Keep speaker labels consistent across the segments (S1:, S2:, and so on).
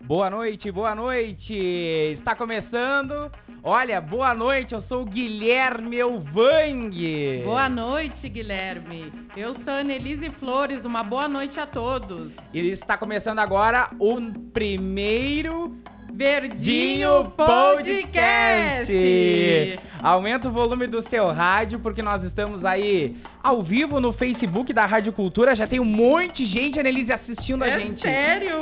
S1: Boa noite, boa noite! Está começando. Olha, boa noite, eu sou o Guilherme Elvang.
S2: Boa noite, Guilherme. Eu sou Anelise Flores. Uma boa noite a todos.
S1: E está começando agora o primeiro
S2: Verdinho
S1: Dinho Podcast.
S2: Podcast.
S1: Aumenta o volume do seu rádio, porque nós estamos aí ao vivo no Facebook da Rádio Cultura. Já tem um monte de gente, Anelise, assistindo a
S2: É
S1: gente.
S2: sério?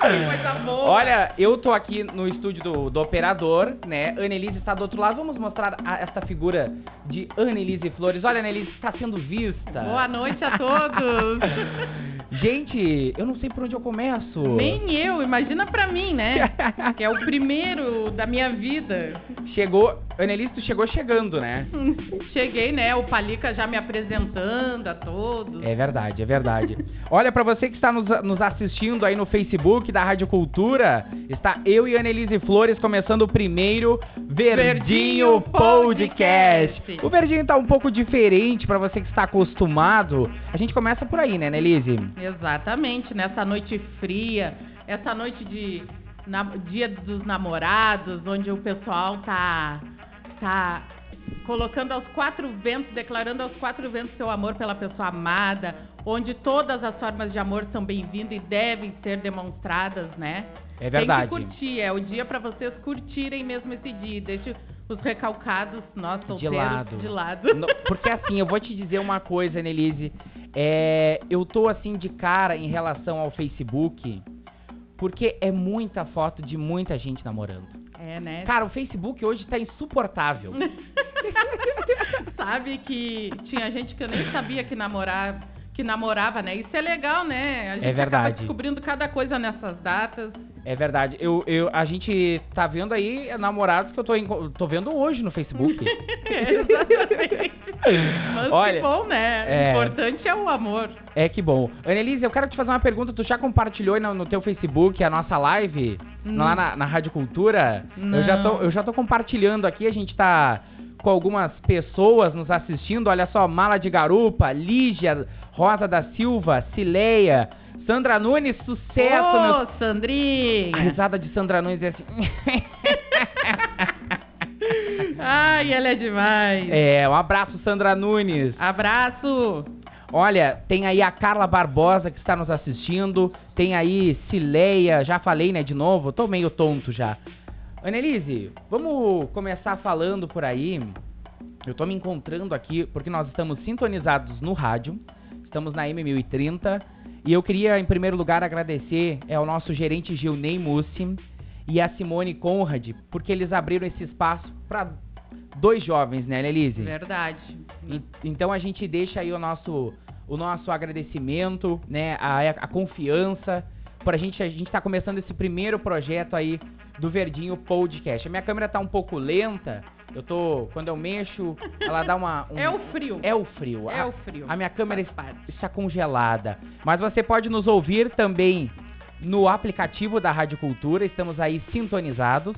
S2: que coisa boa.
S1: Olha, eu tô aqui no estúdio do, do operador, né? Annelise está do outro lado. Vamos mostrar a- esta figura de Annelise Flores. Olha, Annelise está sendo vista.
S2: Boa noite a todos.
S1: Gente, eu não sei por onde eu começo.
S2: Nem eu, imagina pra mim, né? Que é o primeiro da minha vida.
S1: Chegou, Annelise, tu chegou chegando, né?
S2: Cheguei, né? O Palica já me apresentando a todos.
S1: É verdade, é verdade. Olha, pra você que está nos, nos assistindo aí no Facebook da Rádio Cultura, está eu e Annelise Flores começando o primeiro Verdinho
S2: Verdinho
S1: Podcast.
S2: Podcast.
S1: O Verdinho tá um pouco diferente pra você que está acostumado. A gente começa por aí, né, Annelise?
S2: Exatamente, nessa noite fria, essa noite de na- dia dos namorados, onde o pessoal tá tá colocando aos quatro ventos, declarando aos quatro ventos seu amor pela pessoa amada, onde todas as formas de amor são bem-vindas e devem ser demonstradas, né?
S1: É verdade.
S2: Tem que curtir, é o dia para vocês curtirem mesmo esse dia. Deixe os recalcados, nós solteiros,
S1: lado.
S2: De lado.
S1: No- porque assim, eu vou te dizer uma coisa, Nelise. É, eu tô assim de cara em relação ao Facebook, porque é muita foto de muita gente namorando.
S2: É, né?
S1: Cara, o Facebook hoje tá insuportável.
S2: Sabe que tinha gente que eu nem sabia que namorava, que namorava, né? Isso é legal, né? A gente
S1: verdade.
S2: acaba descobrindo cada coisa nessas datas.
S1: É verdade. Eu, eu, a gente tá vendo aí namorados que eu tô, enco- tô vendo hoje no Facebook.
S2: Exatamente. Mas
S1: Olha,
S2: que bom, né?
S1: é.
S2: O importante é o amor.
S1: É que bom. Annelise, eu quero te fazer uma pergunta. Tu já compartilhou no, no teu Facebook a nossa live?
S2: Não.
S1: Lá na, na Rádio Cultura?
S2: Hum. Não.
S1: Eu, já tô, eu já tô compartilhando aqui. A gente tá com algumas pessoas nos assistindo. Olha só, Mala de Garupa, Lígia, Rosa da Silva, Cileia, Sandra Nunes, sucesso,
S2: Ô,
S1: meu A
S2: Sandrinha!
S1: risada de Sandra Nunes é assim.
S2: Ai, ela é demais.
S1: é, um abraço, Sandra Nunes.
S2: Abraço!
S1: Olha, tem aí a Carla Barbosa que está nos assistindo. Tem aí Cileia, já falei, né, de novo? Tô meio tonto já. Annelise, vamos começar falando por aí. Eu tô me encontrando aqui porque nós estamos sintonizados no rádio. Estamos na M1030. E eu queria, em primeiro lugar, agradecer é, ao nosso gerente Gilney Mussi e a Simone Conrad, porque eles abriram esse espaço para dois jovens, né, Annelise?
S2: Verdade.
S1: En- Então a gente deixa aí o nosso, o nosso agradecimento, né, a, a confiança. Pra gente, a gente tá começando esse primeiro projeto aí do Verdinho Podcast. A minha câmera tá um pouco lenta, eu tô, quando eu mexo, ela dá uma... um-
S2: É o frio.
S1: é o frio.
S2: É
S1: A-
S2: o frio.
S1: A, minha câmera
S2: Faz parte.
S1: está congelada. Mas você pode nos ouvir também no aplicativo da Rádio Cultura, estamos aí sintonizados.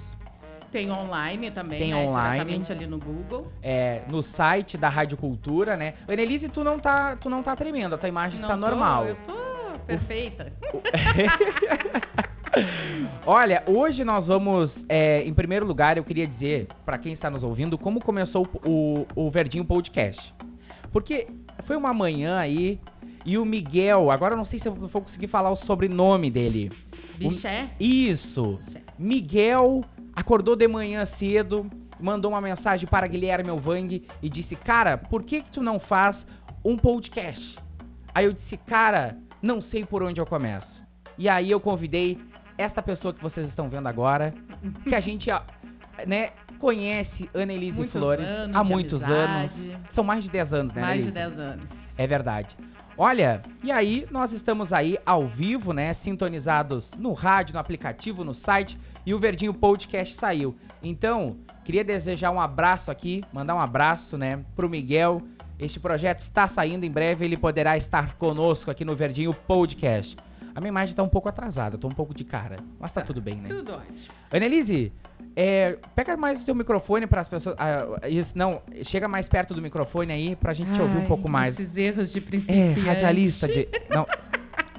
S2: Tem online também,
S1: Tem
S2: né?
S1: online.
S2: Diretamente ali no Google.
S1: é, no site da Rádio Cultura, né? Ô, Annelise, tu não tá, tu não tá tremendo, a tua imagem
S2: Não
S1: tá
S2: tô,
S1: normal.
S2: Eu tô perfeita.
S1: Olha, hoje nós vamos, é, em primeiro lugar, eu queria dizer pra quem está nos ouvindo como começou o, o, o Verdinho Podcast. Porque foi uma manhã aí e o Miguel, agora eu não sei se eu vou conseguir falar o sobrenome dele. O-
S2: Biché?
S1: Isso. Miguel acordou de manhã cedo, mandou uma mensagem para Guilherme Elvang e disse: Cara, por que, que tu não faz um podcast? Aí eu disse: Cara, não sei por onde eu começo. E aí eu convidei esta pessoa que vocês estão vendo agora, que a gente ó, né, conhece, Ana Elise
S2: Muitos
S1: Flores,
S2: anos
S1: há
S2: de
S1: muitos
S2: amizade.
S1: anos. São mais de 10 anos, né?
S2: Mais de
S1: Annelise?
S2: 10 anos.
S1: É verdade. Olha, e aí nós estamos aí ao vivo, né? Sintonizados no rádio, no aplicativo, no site e o Verdinho Podcast saiu. Então, queria desejar um abraço aqui, mandar um abraço, né, pro Miguel. Este projeto está saindo em breve, ele poderá estar conosco aqui no Verdinho Podcast. A minha imagem tá um pouco atrasada, eu tô um pouco de cara, mas tá tudo bem, né?
S2: Tudo ótimo.
S1: Annelise, é, pega mais o seu microfone para as pessoas. ah, isso, não, chega mais perto do microfone aí pra gente te ouvir um pouco mais.
S2: Esses erros de
S1: É,
S2: principiante.
S1: radialista de. Não.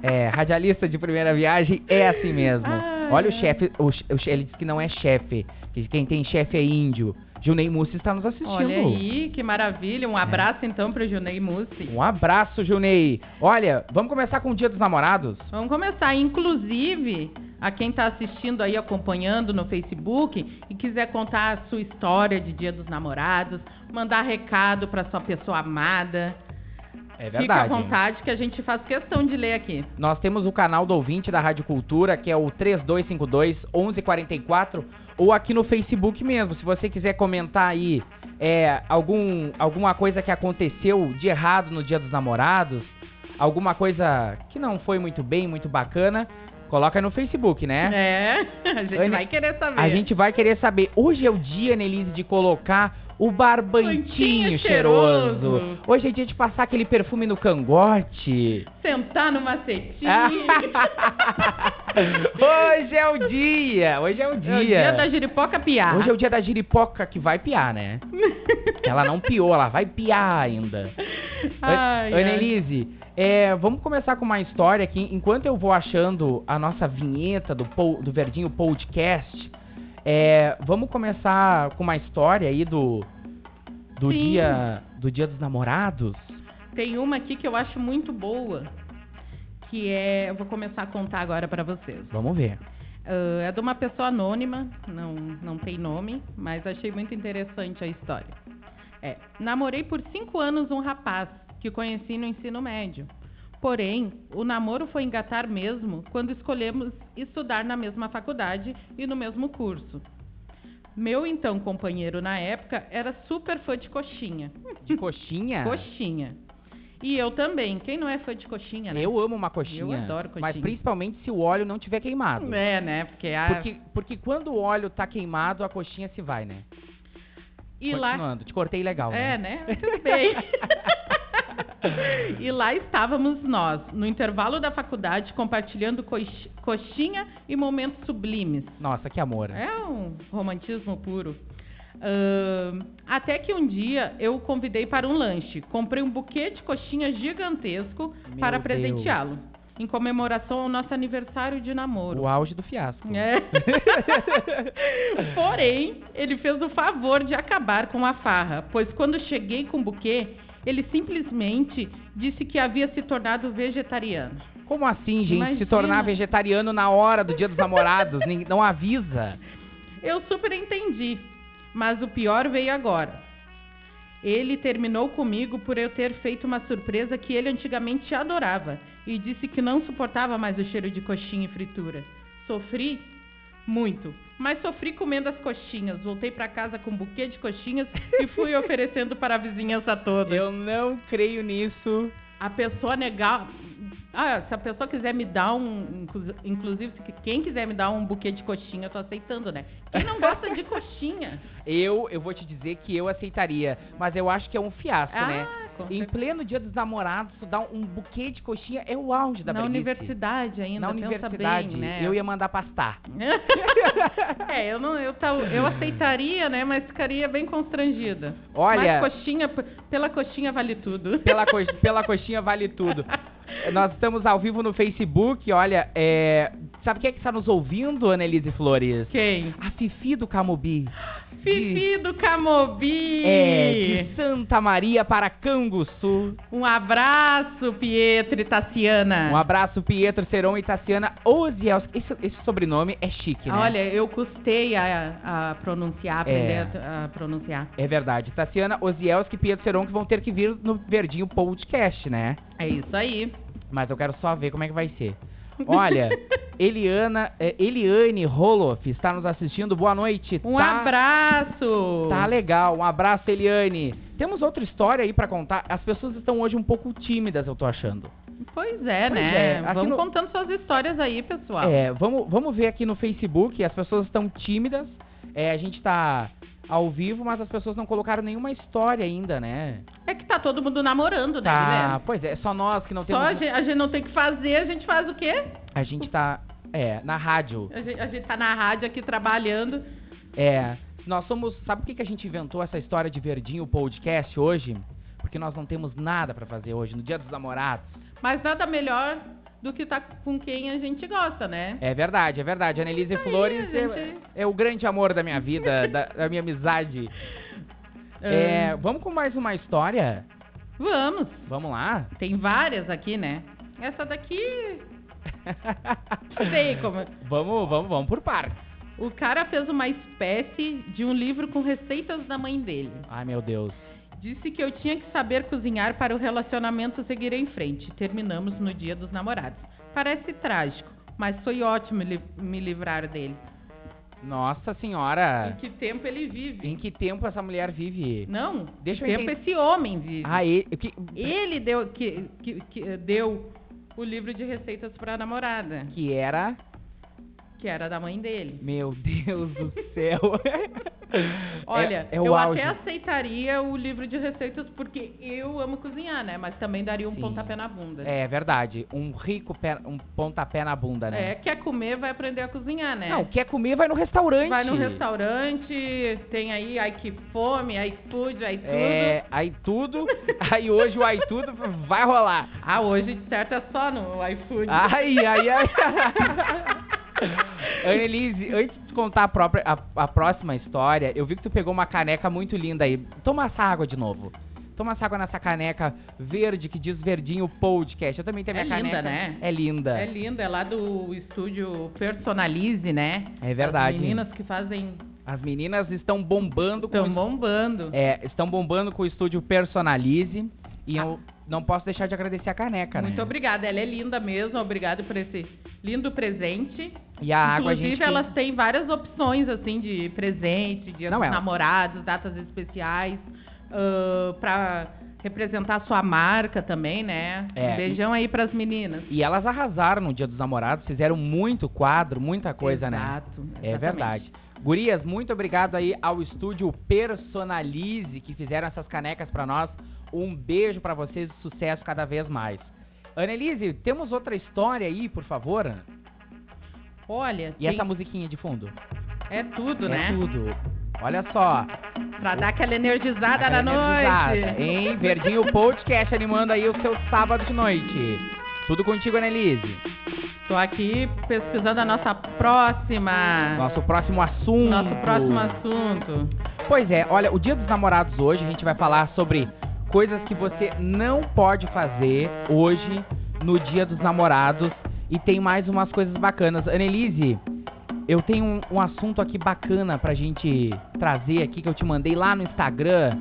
S1: É, radialista de primeira viagem é assim mesmo.
S2: Ai.
S1: Olha o chefe, o, che- o che- ele disse que não é chefe, que quem tem chefe é índio. Junei Mussi está nos assistindo.
S2: Olha aí, que maravilha. Um abraço então para o Junei Mussi.
S1: É. Um abraço, Junei. Olha, vamos começar com o Dia dos Namorados?
S2: Vamos começar, inclusive, a quem está assistindo aí, acompanhando no Facebook e quiser contar a sua história de Dia dos Namorados, mandar recado para sua pessoa amada.
S1: É
S2: Fica à
S1: verdade.
S2: vontade que a gente faz questão de ler aqui.
S1: Nós temos o canal do ouvinte da Rádio Cultura, que é o 3252 1144, ou aqui no Facebook mesmo. Se você quiser comentar aí é, algum, alguma coisa que aconteceu de errado no Dia dos Namorados, alguma coisa que não foi muito bem, muito bacana, coloca aí no Facebook, né?
S2: É, a gente
S1: Ana,
S2: vai querer saber.
S1: né? A gente vai querer saber. Hoje é o dia, Nelise, de colocar o barbantinho
S2: Bantinho
S1: cheiroso.
S2: cheiroso.
S1: Hoje é dia de passar aquele perfume no cangote.
S2: Sentar no macetinho.
S1: Hoje é o dia! Hoje é o
S2: É o dia da
S1: dia!
S2: jiripoca piar.
S1: Hoje é o dia da giripoca que vai piar, né? Ela não piou, ela vai piar ainda.
S2: Ai, ai.
S1: Ana Elise, é, vamos começar com uma história aqui. Enquanto eu vou achando a nossa vinheta do, Pou- do Verdinho Podcast, é, vamos começar com uma história aí do, do,
S2: Sim.
S1: dia, do dia dos namorados.
S2: Tem uma aqui que eu acho muito boa, que é, eu vou começar a contar agora para vocês.
S1: Vamos ver.
S2: Ah, é de uma pessoa anônima, não, não tem nome, mas achei muito interessante a história. É, namorei por cinco anos um rapaz que conheci no ensino médio. Porém, o namoro foi engatar mesmo quando escolhemos estudar na mesma faculdade e no mesmo curso. Meu então companheiro na época era super fã de coxinha.
S1: De coxinha?
S2: Coxinha. E eu também. Quem não é fã de coxinha, né?
S1: Eu amo uma coxinha.
S2: Eu adoro coxinha.
S1: Mas principalmente se o óleo não tiver queimado.
S2: É, né? Porque a...
S1: Porque, porque quando o óleo tá queimado, a coxinha se vai, né?
S2: e lá
S1: Continuando, te cortei legal.
S2: É,
S1: né?
S2: né? Tudo bem. e lá estávamos nós, no intervalo da faculdade, compartilhando coix- coxinha e momentos sublimes.
S1: Nossa, que amor.
S2: É um romantismo puro. Ahn, até que um dia eu o convidei para um lanche. Comprei um buquê de coxinha gigantesco
S1: Meu
S2: para
S1: Deus.
S2: presenteá-lo, em comemoração ao nosso aniversário de namoro.
S1: O auge do fiasco.
S2: É. Porém, ele fez o favor de acabar com a farra, pois quando cheguei com o buquê, ele simplesmente disse que havia se tornado vegetariano.
S1: Como assim, gente, se
S2: Imagina.
S1: tornar vegetariano na hora do dia dos namorados? Nin- não avisa.
S2: Eu super entendi, mas o pior veio agora. Ele terminou comigo por eu ter feito uma surpresa que ele antigamente adorava e disse que não suportava mais o cheiro de coxinha e fritura. Sofri muito, mas sofri comendo as coxinhas. Voltei para casa com um buquê de coxinhas e fui oferecendo para a vizinhança toda.
S1: Eu não creio nisso.
S2: A pessoa negar. Ah, se a pessoa quiser me dar um. inclu- Inclusive, se quem quiser me dar um buquê de coxinha, eu tô aceitando, né? Quem não gosta de coxinha?
S1: Eu, eu vou te dizer que eu aceitaria, mas eu acho que é um fiasco, né?
S2: Ah, com
S1: Em
S2: certeza.
S1: pleno dia dos namorados, tu dá um buquê de coxinha é o auge da
S2: na
S1: breguice.
S2: universidade ainda,
S1: Na
S2: pensa
S1: universidade,
S2: bem, né?
S1: eu ia mandar pastar.
S2: é, eu não, eu, tal, eu aceitaria, né? Mas ficaria bem constrangida.
S1: Olha-
S2: Mas coxinha, p- pela coxinha vale tudo.
S1: Pela, co pela coxinha vale tudo. Nós estamos ao vivo no Facebook, olha, é... Sabe quem é que está nos ouvindo, Annelise Flores?
S2: Quem?
S1: A Fifi do Camubi.
S2: Fifi do Camobi!
S1: É, de Santa Maria para Canguçu.
S2: Um abraço, Pietro e Tassiana.
S1: Um abraço, Pietro, Seron e Tassiana Oziel. Esse, esse sobrenome é chique, né?
S2: Olha, eu custei a, a pronunciar, aprender
S1: É.
S2: a, a pronunciar.
S1: É verdade. Tassiana Ozielski e Pietro Seron que vão ter que vir no Verdinho Podcast, né?
S2: É isso aí.
S1: Mas eu quero só ver como é que vai ser. Olha, Eliana, é, Eliane Roloff está nos assistindo. Boa noite.
S2: Um
S1: Tá-
S2: abraço!
S1: Tá legal. Um abraço, Eliane. Temos outra história aí pra contar. As pessoas estão hoje um pouco tímidas, eu tô achando.
S2: Pois é,
S1: Pois
S2: né?
S1: é, aqui
S2: Vamos
S1: no-
S2: contando suas histórias aí, pessoal.
S1: É, vamos, vamos ver aqui no Facebook, as pessoas estão tímidas, é, a gente tá ao vivo, mas as pessoas não colocaram nenhuma história ainda, né?
S2: É que tá todo mundo namorando, né,
S1: Tá,
S2: Guilherme?
S1: pois é, só nós que não
S2: Só
S1: temos...
S2: a gente, a gente não tem o que fazer, a gente faz o quê?
S1: A gente tá, é, na rádio,
S2: A gente, a gente tá na rádio aqui trabalhando.
S1: é, nós somos, sabe por que, que a gente inventou essa história de Verdinho Podcast hoje? Porque nós não temos nada pra fazer hoje, no Dia dos Namorados.
S2: Mas nada melhor do que tá com quem a gente gosta, né?
S1: É verdade, é verdade. Annelise
S2: Isso aí,
S1: Flores
S2: a
S1: é-
S2: gente-
S1: é, o grande amor da minha vida, da, da minha amizade. É, vamos com mais uma história?
S2: Vamos.
S1: Vamos lá?
S2: Tem várias aqui, né? Essa daqui, sei como.
S1: Vamos, vamos, vamos por partes.
S2: O cara fez uma espécie de um livro com receitas da mãe dele.
S1: Ai, meu Deus.
S2: Disse que eu tinha que saber cozinhar para o relacionamento seguir em frente. Terminamos no dia dos namorados. Parece trágico, mas foi ótimo li- me livrar dele.
S1: Nossa
S2: Em
S1: senhora.
S2: que tempo ele vive?
S1: Em que tempo essa mulher vive?
S2: Não,
S1: Deixa
S2: Deixa
S1: eu
S2: que tempo
S1: entender.
S2: esse homem vive.
S1: Ah, e, o que,
S2: Ele deu, que, que- que deu o livro de receitas para a namorada,
S1: que era...
S2: que era da mãe dele.
S1: Meu Deus do céu. É-
S2: Olha,
S1: é, o
S2: eu
S1: auge.
S2: até aceitaria o livro de receitas porque eu amo cozinhar, né? Mas também daria um
S1: Sim.
S2: pontapé na bunda.
S1: É verdade. Um rico pé, um pontapé na bunda, né?
S2: É, quer comer, vai aprender a cozinhar, né?
S1: Não, quer comer, vai no restaurante.
S2: Vai no restaurante, tem aí, ai que fome, aí food, aí tudo.
S1: É, aí tudo. Aí hoje o aí tudo vai rolar.
S2: Ah, hoje de certo é só no iFood.
S1: Ai, ai, ai. Annelise, antes de contar a, própria, a, a próxima história, eu vi que tu pegou uma caneca muito linda aí. Toma essa água de novo. Toma essa água nessa caneca verde que diz verdinho podcast. Eu também tenho a
S2: É
S1: minha
S2: linda,
S1: caneca.
S2: né?
S1: É linda.
S2: É lindo, é lá do estúdio Personalize, né?
S1: É verdade.
S2: As meninas que fazem
S1: As meninas estão bombando com
S2: estão bombando.
S1: É, estão bombando com o estúdio Personalize. E eu não posso deixar de agradecer a caneca,
S2: Muito
S1: né?
S2: obrigada, ela é linda mesmo, obrigado por esse lindo presente.
S1: E a água a
S2: Inclusive,
S1: gente.
S2: elas têm várias opções, assim, de presente, dia
S1: Não,
S2: dos
S1: ela-
S2: namorados, datas especiais, ãh, pra representar sua marca também, né?
S1: É,
S2: Um beijão aí pras meninas.
S1: E elas arrasaram no Dia dos Namorados, fizeram muito quadro, muita coisa, né?
S2: Exato,
S1: É
S2: exatamente.
S1: verdade. Gurias, muito obrigado aí ao estúdio Personalize que fizeram essas canecas pra nós. Um beijo pra vocês e sucesso cada vez mais. Annelise, temos outra história aí, por favor?
S2: Olha,
S1: E
S2: tem-
S1: essa musiquinha de fundo?
S2: é tudo,
S1: é
S2: né?
S1: tudo. Olha só.
S2: Pra dar aquela energizada
S1: Aquela
S2: na
S1: energizada,
S2: noite.
S1: Hein? Verdinho Podcast animando aí o seu sábado de noite. Tudo contigo, Annelise.
S2: Tô aqui pesquisando a nossa próxima.
S1: Nosso próximo assunto.
S2: Ah. Nosso próximo assunto.
S1: Pois é, olha, o Dia dos Namorados hoje a gente vai falar sobre coisas que você não pode fazer hoje no Dia dos Namorados. E tem mais umas coisas bacanas. Annelise, eu tenho um, um assunto aqui bacana pra gente trazer aqui que eu te mandei lá no Instagram.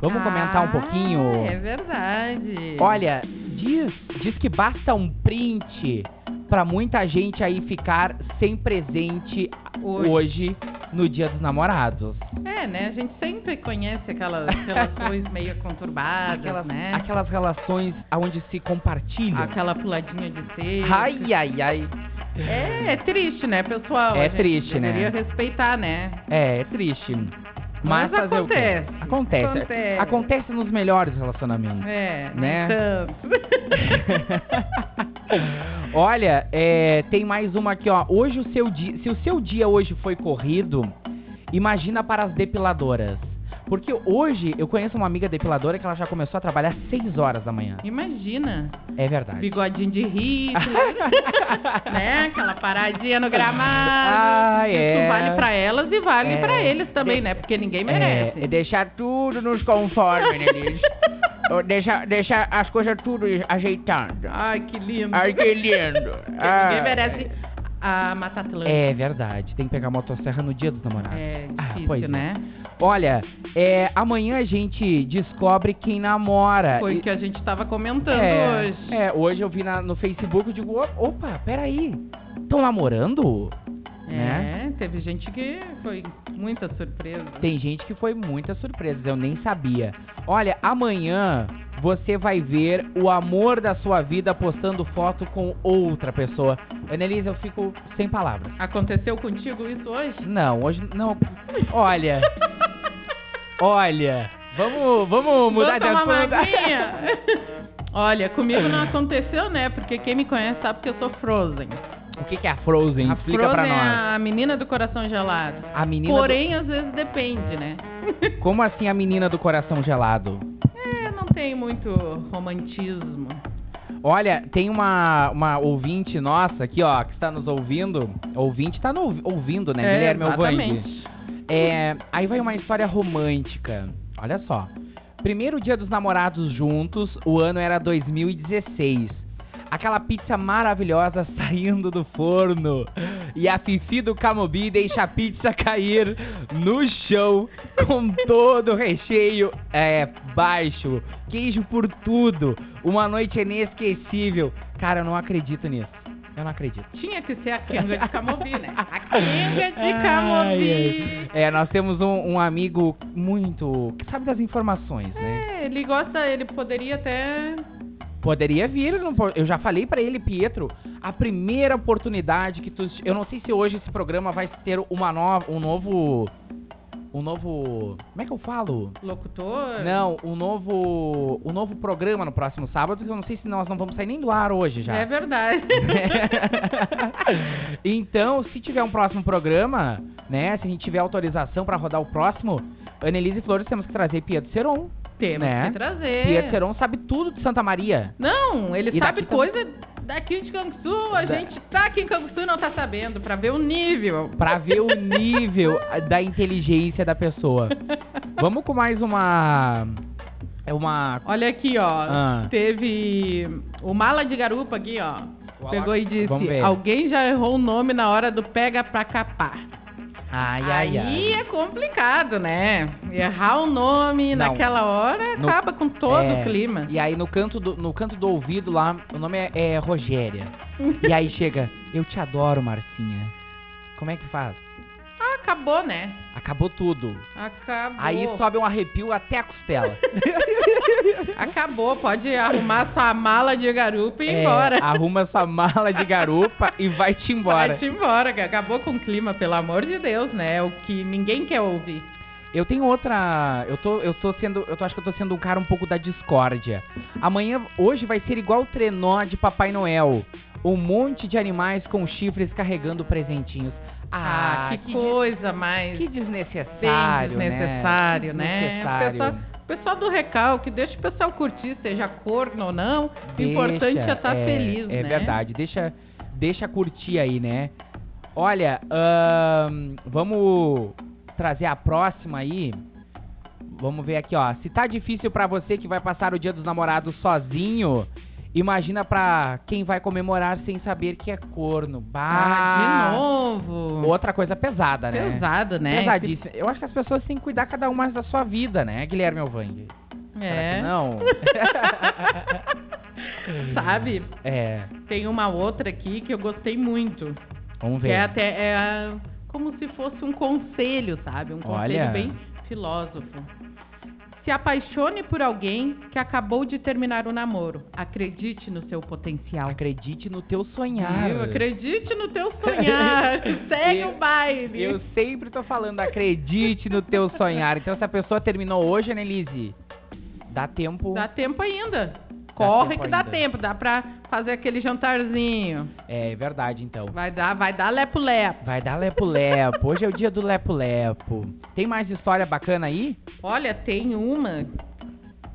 S1: Vamos comentar um
S2: Ah,
S1: pouquinho?
S2: É verdade.
S1: Olha, diz, diz que basta um print pra muita gente aí ficar sem presente hoje,
S2: Hoje.
S1: no Dia dos Namorados.
S2: É, né? A gente sempre conhece aquelas relações meio conturbadas,
S1: Aquelas,
S2: né?
S1: aquelas relações onde se compartilham.
S2: Aquela puladinha de cerca.
S1: Ai, ai, ai.
S2: É, é triste, né, pessoal?
S1: É
S2: A gente
S1: triste, né?
S2: Deveria respeitar, né?
S1: É, é triste. Mas,
S2: Mas
S1: fazer
S2: acontece.
S1: o quê? Acontece.
S2: Acontece.
S1: Acontece nos melhores relacionamentos.
S2: É,
S1: Né?
S2: então.
S1: Olha, é, tem mais uma aqui, ó. Hoje o seu dia, se o seu dia hoje foi corrido, imagina para as depiladoras. Porque hoje eu conheço uma amiga depiladora que ela já começou a trabalhar às 6 horas da manhã.
S2: Imagina,
S1: É verdade.
S2: bigodinho de Hitler, né? Aquela paradinha no gramado.
S1: Ah,
S2: Isso
S1: é.
S2: vale pra elas e vale
S1: É.
S2: pra eles também,
S1: De-
S2: né? Porque ninguém
S1: É,
S2: merece.
S1: é deixar tudo nos conformes, né, Liz? Ou Deixar, deixar as coisas tudo ajeitando.
S2: Ai, que lindo.
S1: Ai, que lindo.
S2: Ninguém
S1: Ah.
S2: merece a Mata Atlântica.
S1: É verdade, tem que pegar a motosserra no dia dos namorados.
S2: É
S1: Ah,
S2: difícil,
S1: pois é.
S2: né?
S1: Olha, é, amanhã a gente descobre quem namora.
S2: Foi
S1: E-
S2: o que a gente tava comentando
S1: é,
S2: hoje.
S1: É, hoje eu vi na- no Facebook e digo, "Op- opa, peraí, estão namorando? Né?
S2: É, teve gente que foi muita surpresa.
S1: Tem gente que foi muita surpresa, eu nem sabia. Olha, amanhã você vai ver o amor da sua vida postando foto com outra pessoa. Annelise, eu fico sem palavras.
S2: Aconteceu contigo isso hoje?
S1: Não, hoje não. Olha, olha, vamos, vamos mudar de
S2: Vamos tomar
S1: assunto.
S2: uma aguinha? Olha, comigo não aconteceu, né? Porque quem me conhece sabe que eu sou Frozen.
S1: O que, que é a Frozen?
S2: a
S1: Explica
S2: Frozen
S1: pra
S2: é
S1: nós.
S2: a menina do coração gelado.
S1: A menina. do-
S2: Porém, às vezes depende, né?
S1: Como assim a menina do coração gelado?
S2: É, não tem muito romantismo.
S1: Olha, tem uma, uma ouvinte nossa aqui, ó, que está nos ouvindo. Ouvinte está no- ouvindo, né,
S2: É,
S1: Guilherme Alvande?
S2: exatamente.
S1: É, aí vai uma história romântica. Olha só. Primeiro dia dos namorados juntos, o ano era 2016. Aquela pizza maravilhosa saindo do forno. E a Fifi do Camobi deixa a pizza cair no chão com todo o recheio é, baixo. Queijo por tudo. Uma noite inesquecível. Cara, eu não acredito nisso. Eu não acredito.
S2: Tinha que ser a Kinga de Camobi, né? A Kinga de Camobi.
S1: Ai, ai. É, nós temos um, um amigo muito. que sabe das informações, né?
S2: É, ele gosta, ele poderia até.
S1: Poderia vir, não po- eu já falei pra ele, Pietro, a primeira oportunidade que tu. Eu não sei se hoje esse programa vai ter uma nova. um novo. um novo. Como é que eu falo?
S2: Locutor?
S1: Não, um novo. um novo programa no próximo sábado, que eu não sei se nós não vamos sair nem do ar hoje já.
S2: É verdade.
S1: então, se tiver um próximo programa, né? Se a gente tiver autorização pra rodar o próximo, Annelise Flores temos que trazer Pietro Seron.
S2: Temos
S1: Né?
S2: que trazer.
S1: Pietro Seron sabe tudo de Santa Maria.
S2: Não, ele
S1: E
S2: sabe
S1: daqui tam-
S2: coisa daqui de Canguçu. A
S1: Da-
S2: gente tá aqui em Canguçu e não tá sabendo, pra ver o nível.
S1: Pra ver o nível da inteligência da pessoa. Vamos com mais uma. É uma.
S2: Olha aqui, ó.
S1: Ah.
S2: Teve o mala de garupa aqui, ó.
S1: O Alac-
S2: Pegou e
S1: Vamos
S2: disse:
S1: ver.
S2: Alguém já errou o nome na hora do pega pra capar.
S1: Ai, ai,
S2: Aí
S1: ai.
S2: é complicado, né? Errar o nome
S1: Não.
S2: naquela hora
S1: No-
S2: acaba com todo
S1: É,
S2: o clima.
S1: E aí no canto, do, no canto do ouvido lá, o nome é, é Rogéria. E aí chega, eu te adoro, Marcinha. Como é que faz?
S2: Ah, acabou, né?
S1: Acabou tudo.
S2: Acabou.
S1: Aí sobe um arrepio até a costela.
S2: Acabou, pode arrumar sua mala de garupa e ir
S1: É,
S2: embora.
S1: Arruma sua mala de garupa e vai-te embora.
S2: Vai-te embora, que acabou com o clima, pelo amor de Deus, né? É o que ninguém quer ouvir.
S1: Eu tenho outra. Eu tô, eu tô sendo. Eu tô, acho que eu tô sendo um cara um pouco da discórdia. Amanhã, hoje vai ser igual o trenó de Papai Noel. Um monte de animais com chifres carregando presentinhos.
S2: Ah, que, coisa mais
S1: Que
S2: bem
S1: desnecessário, né?
S2: desnecessário, né? O
S1: Desnecessário.
S2: pessoal, o pessoal do recalque, deixa o pessoal curtir, seja corno ou não. O
S1: Deixa,
S2: importante é estar
S1: é,
S2: feliz, né?
S1: É verdade. Deixa, deixa curtir aí, né? Olha, ahn, vamos trazer a próxima aí. Vamos ver aqui, ó. Se tá difícil pra você que vai passar o Dia dos Namorados sozinho, imagina pra quem vai comemorar sem saber que é corno.
S2: Ah, de
S1: Bah,
S2: novo.
S1: Outra coisa pesada, né?
S2: Pesado, né?
S1: Pesadíssima. Eu acho que as pessoas têm que cuidar cada um mais da sua vida, né, Guilherme Alvang? Será que
S2: É.
S1: não?
S2: Sabe?
S1: é.
S2: Tem uma outra aqui que eu gostei muito.
S1: Vamos
S2: Que
S1: ver.
S2: é até é como se fosse um conselho, sabe? Um conselho
S1: Olha.
S2: bem filósofo. Se apaixone por alguém que acabou de terminar o namoro. Acredite no seu potencial.
S1: Acredite no teu sonhar.
S2: Viu? Acredite no teu sonhar. Segue
S1: Eu-
S2: o baile.
S1: Eu sempre tô falando, acredite no teu sonhar. Então, se a pessoa terminou hoje, Annelise, dá tempo.
S2: Dá tempo ainda. Corre
S1: tempo
S2: que dá
S1: ainda.
S2: tempo. Dá pra fazer aquele jantarzinho.
S1: É verdade, então.
S2: Vai dar, vai dar lepo-lepo.
S1: Vai dar lepo-lepo. Hoje é o dia do lepo-lepo. Tem mais história bacana aí?
S2: Olha, tem uma.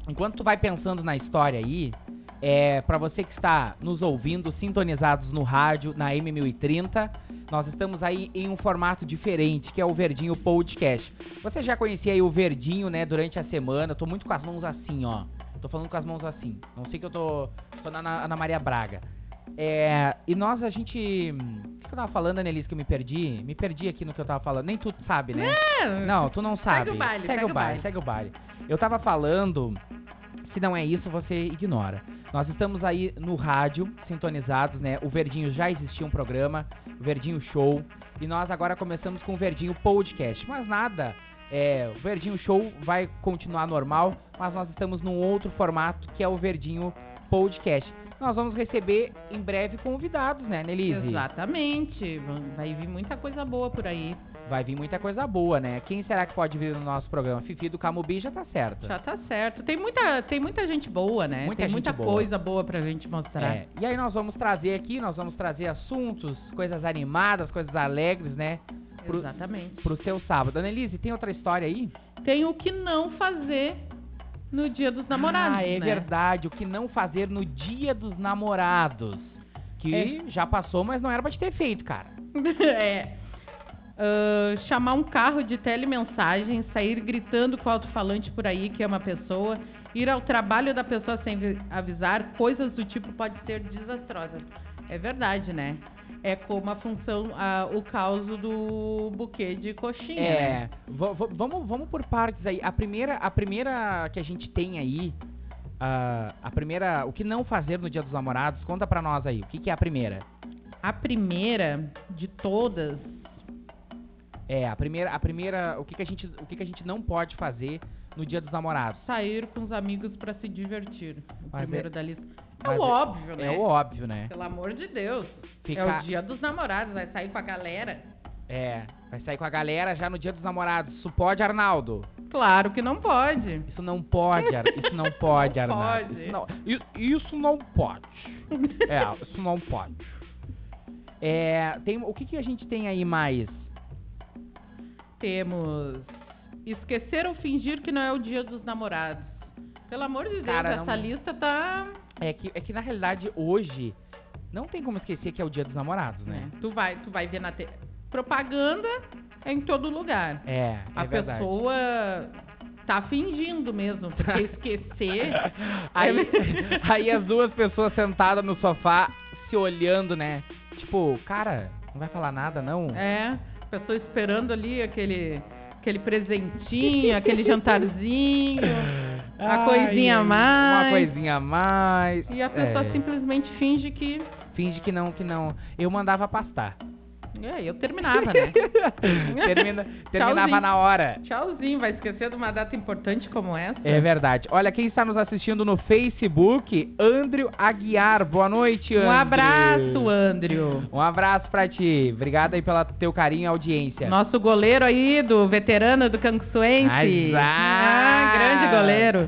S1: Enquanto tu vai pensando na história aí, é para você que está nos ouvindo, sintonizados no rádio, na M1030, nós estamos aí em um formato diferente, que é o Verdinho Podcast. Você já conhecia aí o Verdinho, né, durante a semana? Eu tô muito com as mãos assim, ó. Tô falando com as mãos assim. Não sei que eu tô, tô na na Ana Maria Braga. É, e nós a gente. O que que eu tava falando, Annelise, que eu me perdi? Me perdi aqui no que eu tava falando. Nem tu sabe, né?
S2: É,
S1: Não, tu não sabe.
S2: Segue o baile,
S1: segue o baile, segue o baile. Eu tava falando, se não é isso, você ignora. Nós estamos aí no rádio, sintonizados, né? O Verdinho já existia um programa, o Verdinho Show, e nós agora começamos com o Verdinho Podcast. Mas nada, é, o Verdinho Show vai continuar normal, mas nós estamos num outro formato que é o Verdinho Podcast. Nós vamos receber em breve convidados, né, Nelise?
S2: Exatamente. Vai vir muita coisa boa por aí.
S1: Vai vir muita coisa boa, né? Quem será que pode vir no nosso programa? Fifi do Camubi já tá certo.
S2: Já tá certo. Tem muita, tem muita gente boa, né?
S1: Muita
S2: tem
S1: gente
S2: muita
S1: boa.
S2: coisa boa pra gente mostrar.
S1: É, e aí nós vamos trazer aqui, nós vamos trazer assuntos, coisas animadas, coisas alegres, né? Pro,
S2: Exatamente.
S1: pro seu sábado. Annelise, tem outra história aí?
S2: Tem o que não fazer no Dia dos Namorados.
S1: ah, é
S2: né?
S1: verdade. O que não fazer no dia dos namorados. Que já passou, mas não era pra te ter feito, cara.
S2: é. Ah, chamar um carro de telemensagem, sair gritando com o alto-falante por aí que é uma pessoa, ir ao trabalho da pessoa sem vi- avisar, coisas do tipo pode ser desastrosas. É verdade, né? É como a função, ah, o caso do buquê de coxinha. né?
S1: É, va- va- vamos, vamos por partes aí. A primeira, a primeira que a gente tem aí, ah, a primeira, o que não fazer no Dia dos Namorados, conta pra nós aí. O que, que é a primeira?
S2: A primeira de todas,
S1: É, a primeira, a primeira, o que, que a gente, o que, que a gente não pode fazer no Dia dos Namorados?
S2: sair com os amigos para se divertir. O
S1: Mas é-
S2: primeiro da lista. É
S1: mas
S2: o
S1: é-
S2: óbvio, né?
S1: É o óbvio, né?
S2: Pelo amor de Deus. É
S1: Ficar-
S2: o dia dos namorados, vai sair com a galera?
S1: É, vai sair com a galera já no Dia dos Namorados. Isso pode, Arnaldo?
S2: Claro que não pode.
S1: Isso não pode, Ar... isso não pode,
S2: Não
S1: Arnaldo.
S2: pode.
S1: Isso não, i- isso não pode. É, isso não pode. É, tem, o que, que a gente tem aí mais?
S2: Temos esquecer ou fingir que não é o dia dos namorados. Pelo amor de Deus,
S1: Cara,
S2: essa
S1: não-
S2: lista tá.
S1: É que, é que na realidade hoje não tem como esquecer que é o Dia dos Namorados, né?
S2: Tu vai, tu vai ver na te... propaganda é em todo lugar.
S1: É, é
S2: a
S1: verdade.
S2: pessoa tá fingindo mesmo, porque esquecer.
S1: Aí,
S2: É-
S1: aí as duas pessoas sentadas no sofá se olhando, né? Tipo, cara, não vai falar nada não?
S2: É, a pessoa esperando ali aquele, aquele presentinho, aquele jantarzinho. a
S1: Ai,
S2: coisinha a
S1: Uma
S2: mais.
S1: coisinha a mais.
S2: E a pessoa
S1: É,
S2: simplesmente finge que.
S1: Finge que não, que não. Eu mandava pastar.
S2: É, eu terminava, né?
S1: Termina- terminava
S2: Tchauzinho.
S1: na hora.
S2: Tchauzinho, vai esquecer de uma data importante como essa?
S1: É verdade. Olha, quem está nos assistindo no Facebook, Andrew Aguiar. Boa noite, Andrew.
S2: Um abraço, Andrew.
S1: Um abraço pra ti. Obrigado aí pelo teu carinho e audiência.
S2: Nosso goleiro aí, do veterano do Canguçuense.
S1: Mas,
S2: Ah, grande goleiro.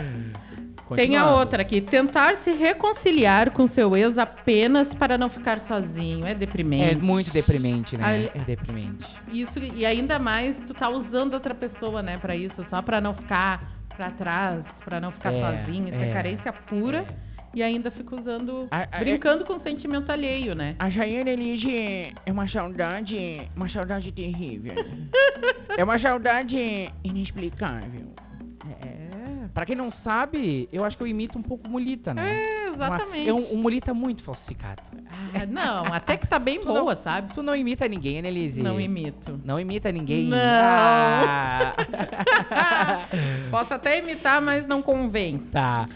S2: Tem a
S1: Continuando.
S2: outra aqui. Tentar se reconciliar com seu ex apenas para não ficar sozinho. É
S1: É
S2: deprimente.
S1: muito deprimente, né?
S2: Aí-
S1: É deprimente.
S2: Isso, e ainda mais, tu tá usando outra pessoa, né, pra isso, só pra não ficar pra trás, pra não ficar
S1: É,
S2: sozinho. Isso é,
S1: é,
S2: carência pura. E ainda fica usando,
S1: A- é a-
S2: brincando com o sentimento alheio, né?
S1: A Jaiane Elige é uma saudade, uma saudade terrível. é uma saudade inexplicável.
S2: É.
S1: Pra quem não sabe, eu acho que eu imito um pouco Mulita, né?
S2: É,
S1: Uma-
S2: exatamente.
S1: é um, um Mulita muito falsificado.
S2: Ah, não, até que tá bem
S1: Tu não-
S2: boa, sabe?
S1: Tu não imita ninguém, Annelise.
S2: Não imito.
S1: Não imita ninguém.
S2: Não.
S1: Ah.
S2: Posso até imitar, mas não convém.
S1: tá.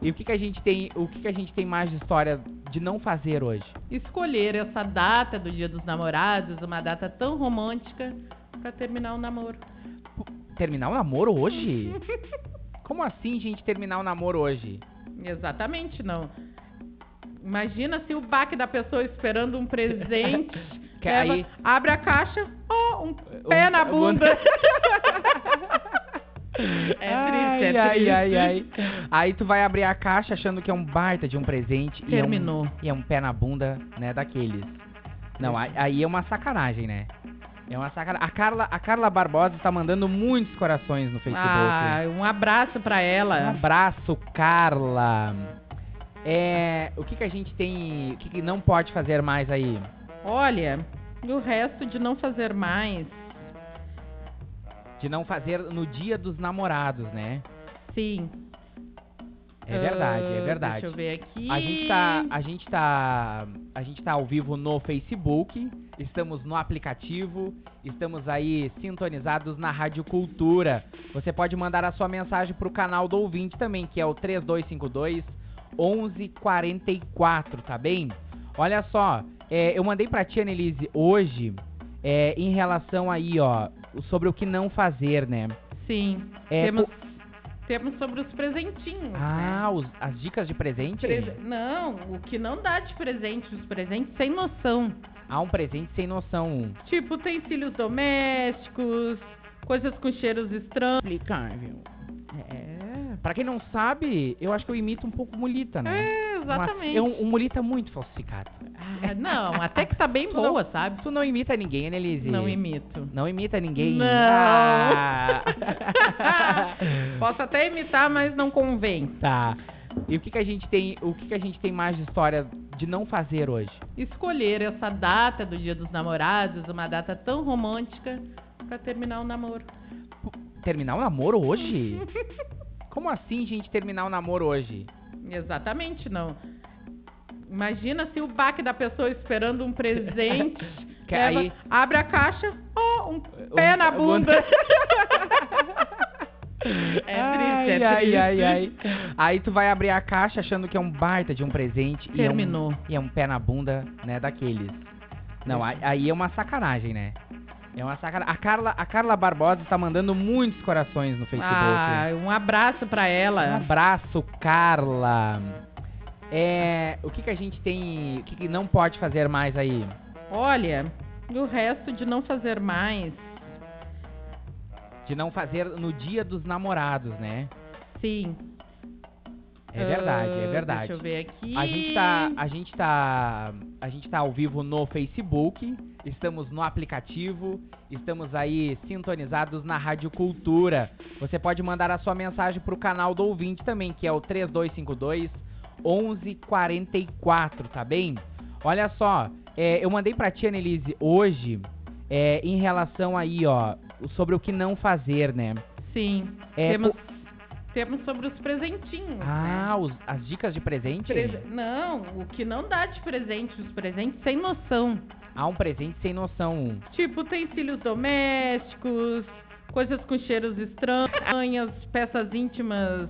S1: E o que, que a gente tem? O que, que a gente tem mais de história de não fazer hoje?
S2: Escolher essa data do Dia dos Namorados, uma data tão romântica, pra terminar o namoro.
S1: Terminar o namoro hoje? Como assim, gente, terminar o namoro hoje?
S2: Exatamente, não. Imagina se o baque da pessoa esperando um presente.
S1: Que
S2: leva-
S1: aí-
S2: Abre a caixa, ó, um
S1: Um-
S2: pé na
S1: um-
S2: bunda. é
S1: ai,
S2: triste, é
S1: ai,
S2: triste.
S1: ai, ai. Aí tu vai abrir a caixa achando que é um baita de um presente e é um-
S2: Terminou.
S1: e é um, pé na bunda, né, daqueles. Não, aí- aí é uma sacanagem, né? É uma sacanagem. A Carla, a Carla Barbosa está mandando muitos corações no Facebook.
S2: Ah, um abraço pra
S1: Um
S2: ela.
S1: abraço, Carla. É, o que que a gente tem, o que, que não pode fazer mais aí?
S2: Olha, e o resto de não fazer mais.
S1: De não fazer no dia dos namorados, né?
S2: Sim.
S1: É verdade, é
S2: Ah,
S1: verdade.
S2: Deixa eu ver aqui.
S1: A gente tá, a gente tá, a gente tá ao vivo no Facebook, estamos no aplicativo, estamos aí sintonizados na Rádio Cultura. Você pode mandar a sua mensagem pro canal do ouvinte também, que é o 3252 1144, tá bem? Olha só, é, eu mandei pra tia Annelise hoje é, em relação aí, ó, sobre o que não fazer, né?
S2: Sim.
S1: É,
S2: temos,
S1: o-
S2: temos sobre os presentinhos. né?
S1: Ah, os- as dicas de presente?
S2: Prese- Não, o que não dá de presente, os presentes sem noção.
S1: Há um presente sem noção.
S2: Tipo, utensílios domésticos, coisas com cheiros estranhos.
S1: Explicável. É. Pra quem não sabe, eu acho que eu imito um pouco Mulita, né?
S2: É,
S1: Uma-
S2: exatamente.
S1: é um, um Mulita muito falsificado.
S2: Ah, É, não, até que tá bem
S1: Tu
S2: boa,
S1: não-
S2: sabe?
S1: Tu não imita ninguém, Annelise.
S2: Não imito.
S1: Não imita ninguém.
S2: Não.
S1: Ah.
S2: Posso até imitar, mas não convém.
S1: tá. E o que que a gente tem, o que que a gente tem mais de história de não fazer hoje?
S2: Escolher essa data do Dia dos Namorados, uma data tão romântica, pra terminar o namoro.
S1: Terminar o namoro hoje? Como assim, gente, terminar o namoro hoje?
S2: Exatamente, não. Imagina se o baque da pessoa esperando um presente.
S1: Que
S2: leva-
S1: aí-
S2: Abre a caixa, ó, um pé
S1: Um-
S2: na
S1: um-
S2: bunda. é
S1: ai,
S2: triste, é triste.
S1: Ai, ai, ai. Aí tu vai abrir a caixa achando que é um baita de um presente. e é um-
S2: Terminou.
S1: E é um, pé na bunda, né, daqueles. Não, aí- aí é uma sacanagem, né? É uma sacanagem. A Carla, a Carla Barbosa tá mandando muitos corações no Facebook.
S2: Ah, é. um abraço pra
S1: Um
S2: ela.
S1: abraço, Carla. É, o que que a gente tem, o que, que não pode fazer mais aí?
S2: Olha, e o resto de não fazer mais.
S1: De não fazer no dia dos namorados, né?
S2: Sim.
S1: É verdade,
S2: Ah,
S1: é verdade.
S2: Deixa eu ver aqui.
S1: A gente tá, a gente tá, a gente tá ao vivo no Facebook, estamos no aplicativo, estamos aí sintonizados na Rádio Cultura. Você pode mandar a sua mensagem pro canal do ouvinte também, que é o 3252 1144, tá bem? Olha só, é, eu mandei pra tia Annelise hoje é, em relação aí, ó, sobre o que não fazer, né?
S2: Sim.
S1: É,
S2: temos,
S1: co-
S2: temos sobre os presentinhos. né?
S1: Ah, os- as dicas de presente?
S2: Prese- Não, o que não dá de presente, os presentes sem noção.
S1: Há um presente sem noção.
S2: Tipo, utensílios domésticos, coisas com cheiros estranhos, peças íntimas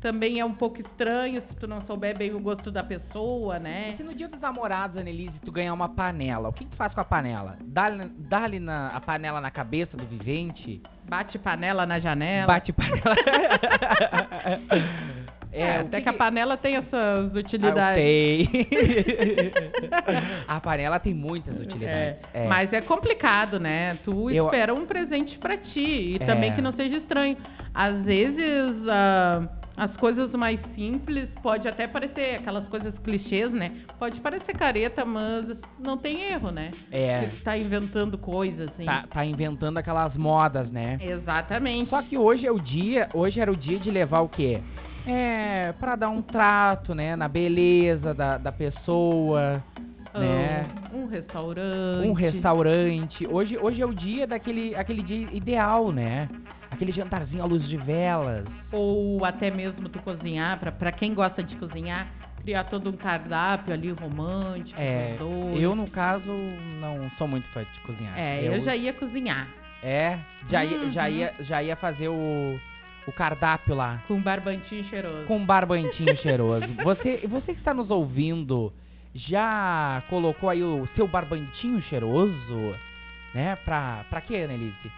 S2: também é um pouco estranho se tu não souber bem o gosto da pessoa, né?
S1: Se no dia dos namorados, Annelise, tu ganhar uma panela, o que que tu faz com a panela? Dá-lhe dá-lhe na- a panela na cabeça do vivente?
S2: Bate panela na janela.
S1: Bate panela.
S2: É,
S1: o
S2: até que, a panela tem essas
S1: Ah, eu
S2: utilidades.
S1: sei. a panela tem muitas utilidades.
S2: É,
S1: é.
S2: Mas é complicado, né? Tu
S1: Eu-
S2: espera um presente pra ti e
S1: É.
S2: também que não seja estranho. Às vezes ah, as coisas mais simples pode até parecer aquelas coisas clichês, né? Pode parecer careta, mas não tem erro, né?
S1: É.
S2: Tu tá inventando coisas assim.
S1: Tá, tá inventando aquelas modas, né?
S2: Exatamente.
S1: Só que hoje é o dia, hoje era o dia de levar o quê? É, pra dar um trato, né, na beleza da, da pessoa,
S2: Ah,
S1: né?
S2: Um restaurante.
S1: um restaurante. Hoje, hoje é o dia daquele aquele dia ideal, né? Aquele jantarzinho à luz de velas.
S2: ou até mesmo tu cozinhar, pra, pra quem gosta de cozinhar, criar todo um cardápio ali romântico,
S1: É,
S2: com doce.
S1: eu no caso não sou muito fã de cozinhar.
S2: É, eu... já ia cozinhar
S1: é, já ia, já
S2: Uhum.
S1: ia, já ia fazer o, o cardápio lá
S2: com barbantinho cheiroso.
S1: com um barbantinho cheiroso. Você, você que está nos ouvindo, já colocou aí o seu barbantinho cheiroso, né? Pra, pra quê, Annelise?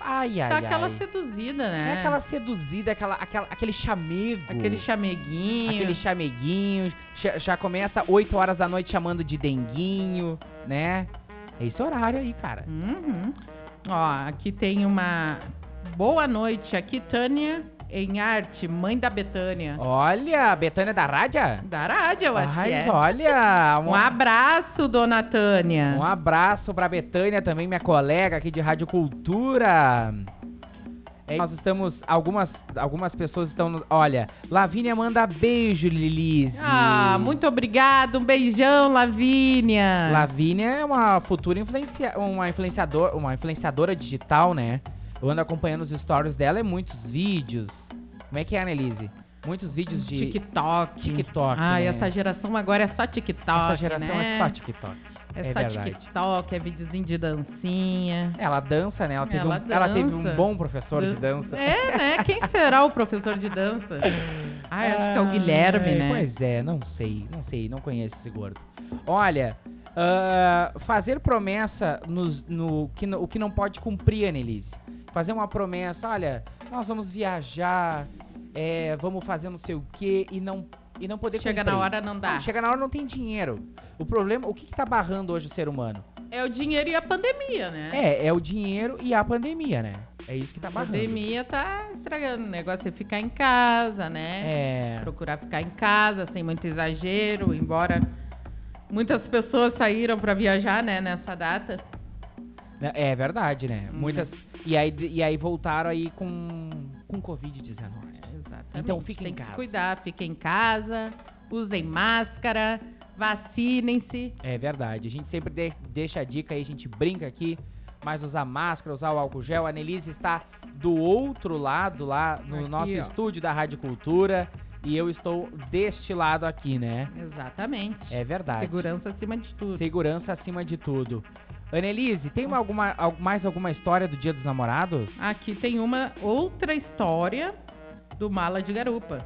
S1: Ai, ai,
S2: Tá
S1: ai.
S2: aquela seduzida, né?
S1: É aquela seduzida, aquela, aquela- aquele chamego.
S2: Aquele chameguinho.
S1: Aquele chameguinho. Já, já começa 8 horas da noite chamando de denguinho, né? É esse horário aí, cara.
S2: Uhum. Ó, aqui tem uma... Boa noite, aqui Tânia em arte, mãe da Betânia.
S1: Olha, Betânia da Rádia?
S2: Da rádio, eu acho que
S1: Ai,
S2: é.
S1: olha.
S2: Um abraço, dona Tânia.
S1: Um abraço pra Betânia também, minha colega aqui de Rádio Cultura. É, nós estamos. Algumas, algumas pessoas estão. no- Olha, Lavínia manda beijo, Liliz.
S2: Ah, muito obrigado. Um beijão, Lavínia.
S1: Lavínia é uma futura influencia, uma influenciador, uma influenciadora digital, né? Eu ando acompanhando os stories dela e muitos vídeos. Como é que é, Annelise? Muitos vídeos de
S2: TikTok.
S1: TikTok,
S2: Ah,
S1: né?
S2: essa geração agora é só TikTok.
S1: essa geração
S2: né?
S1: é só TikTok.
S2: É,
S1: É
S2: só
S1: verdade.
S2: TikTok, é videozinho de dancinha.
S1: Ela dança, né? Ela teve,
S2: Ela
S1: um, ela teve um
S2: dança.
S1: bom professor de dança.
S2: É, né? Quem será o professor de dança? Ah, eu acho que é o Guilherme,
S1: Ai,
S2: né?
S1: Pois é, não sei, não sei, não conheço esse gordo. Olha, ah, fazer promessa nos- no, que, no- o que não pode cumprir, Annelise. Fazer uma promessa, olha, nós vamos viajar, é, vamos fazer não sei o quê e não, e não poder
S2: Chega na
S1: cumprir.
S2: hora, não dá.
S1: Não, chega na hora não tem dinheiro. O problema, o que, que tá barrando hoje o ser humano?
S2: É o dinheiro e a pandemia, né?
S1: É, é o dinheiro e a pandemia, né? É isso que tá
S2: A
S1: barrando.
S2: pandemia tá estragando. O negócio é ficar em casa, né?
S1: É.
S2: Procurar ficar em casa sem muito exagero, embora Muitas pessoas saíram para viajar, né, nessa data.
S1: Né, É verdade, né?
S2: Uhum.
S1: Muitas. E aí, e aí voltaram aí com, com Covid-19.
S2: Exatamente.
S1: Então fiquem
S2: Tem
S1: em
S2: que
S1: casa.
S2: cuidar, fiquem em casa, usem máscara, vacinem-se.
S1: É verdade. A gente sempre de- deixa a dica aí, a gente brinca aqui. Mas usar máscara, usar o álcool gel. A Nelise está do outro lado, lá no
S2: Aqui,
S1: nosso
S2: ó.
S1: estúdio da Rádio Cultura. E eu estou deste lado aqui, né?
S2: Exatamente.
S1: É verdade.
S2: Segurança acima de tudo.
S1: Segurança acima de tudo. Anelise, tem alguma, al- mais alguma história do Dia dos Namorados?
S2: Aqui tem uma outra história do mala de garupa.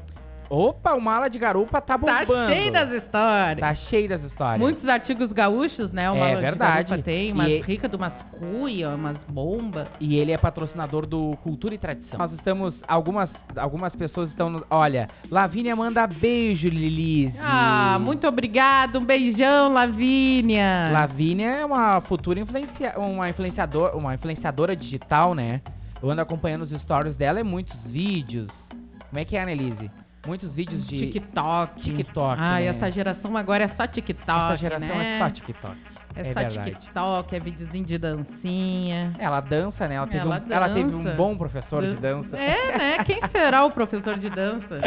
S1: Opa, o mala de garupa tá bombando.
S2: Tá cheio das histórias.
S1: Tá cheio das histórias.
S2: Muitos artigos gaúchos, né? O
S1: É
S2: mala
S1: verdade.
S2: de garupa tem,
S1: E
S2: umas
S1: é-
S2: ricas de umas cuia, umas bombas.
S1: E ele é patrocinador do Cultura e Tradição. Nós estamos, algumas, algumas pessoas estão, no- olha, Lavínia manda beijo, Lilise.
S2: Ah, muito obrigado. Um beijão, Lavínia.
S1: Lavínia é uma futura influencia, uma influenciador, uma influenciadora digital, né? Eu ando acompanhando os stories dela e muitos vídeos. Como é que é, Annelise? Muitos vídeos de
S2: TikTok.
S1: TikTok,
S2: Ah,
S1: né?
S2: essa geração agora é só TikTok,
S1: Essa geração
S2: né?
S1: é só TikTok.
S2: É
S1: é
S2: só
S1: verdade.
S2: TikTok, é videozinho de dancinha.
S1: Ela dança, né? Ela teve,
S2: Ela
S1: um, ela teve um
S2: dança.
S1: bom professor de dança.
S2: É, né? Quem será o professor de dança?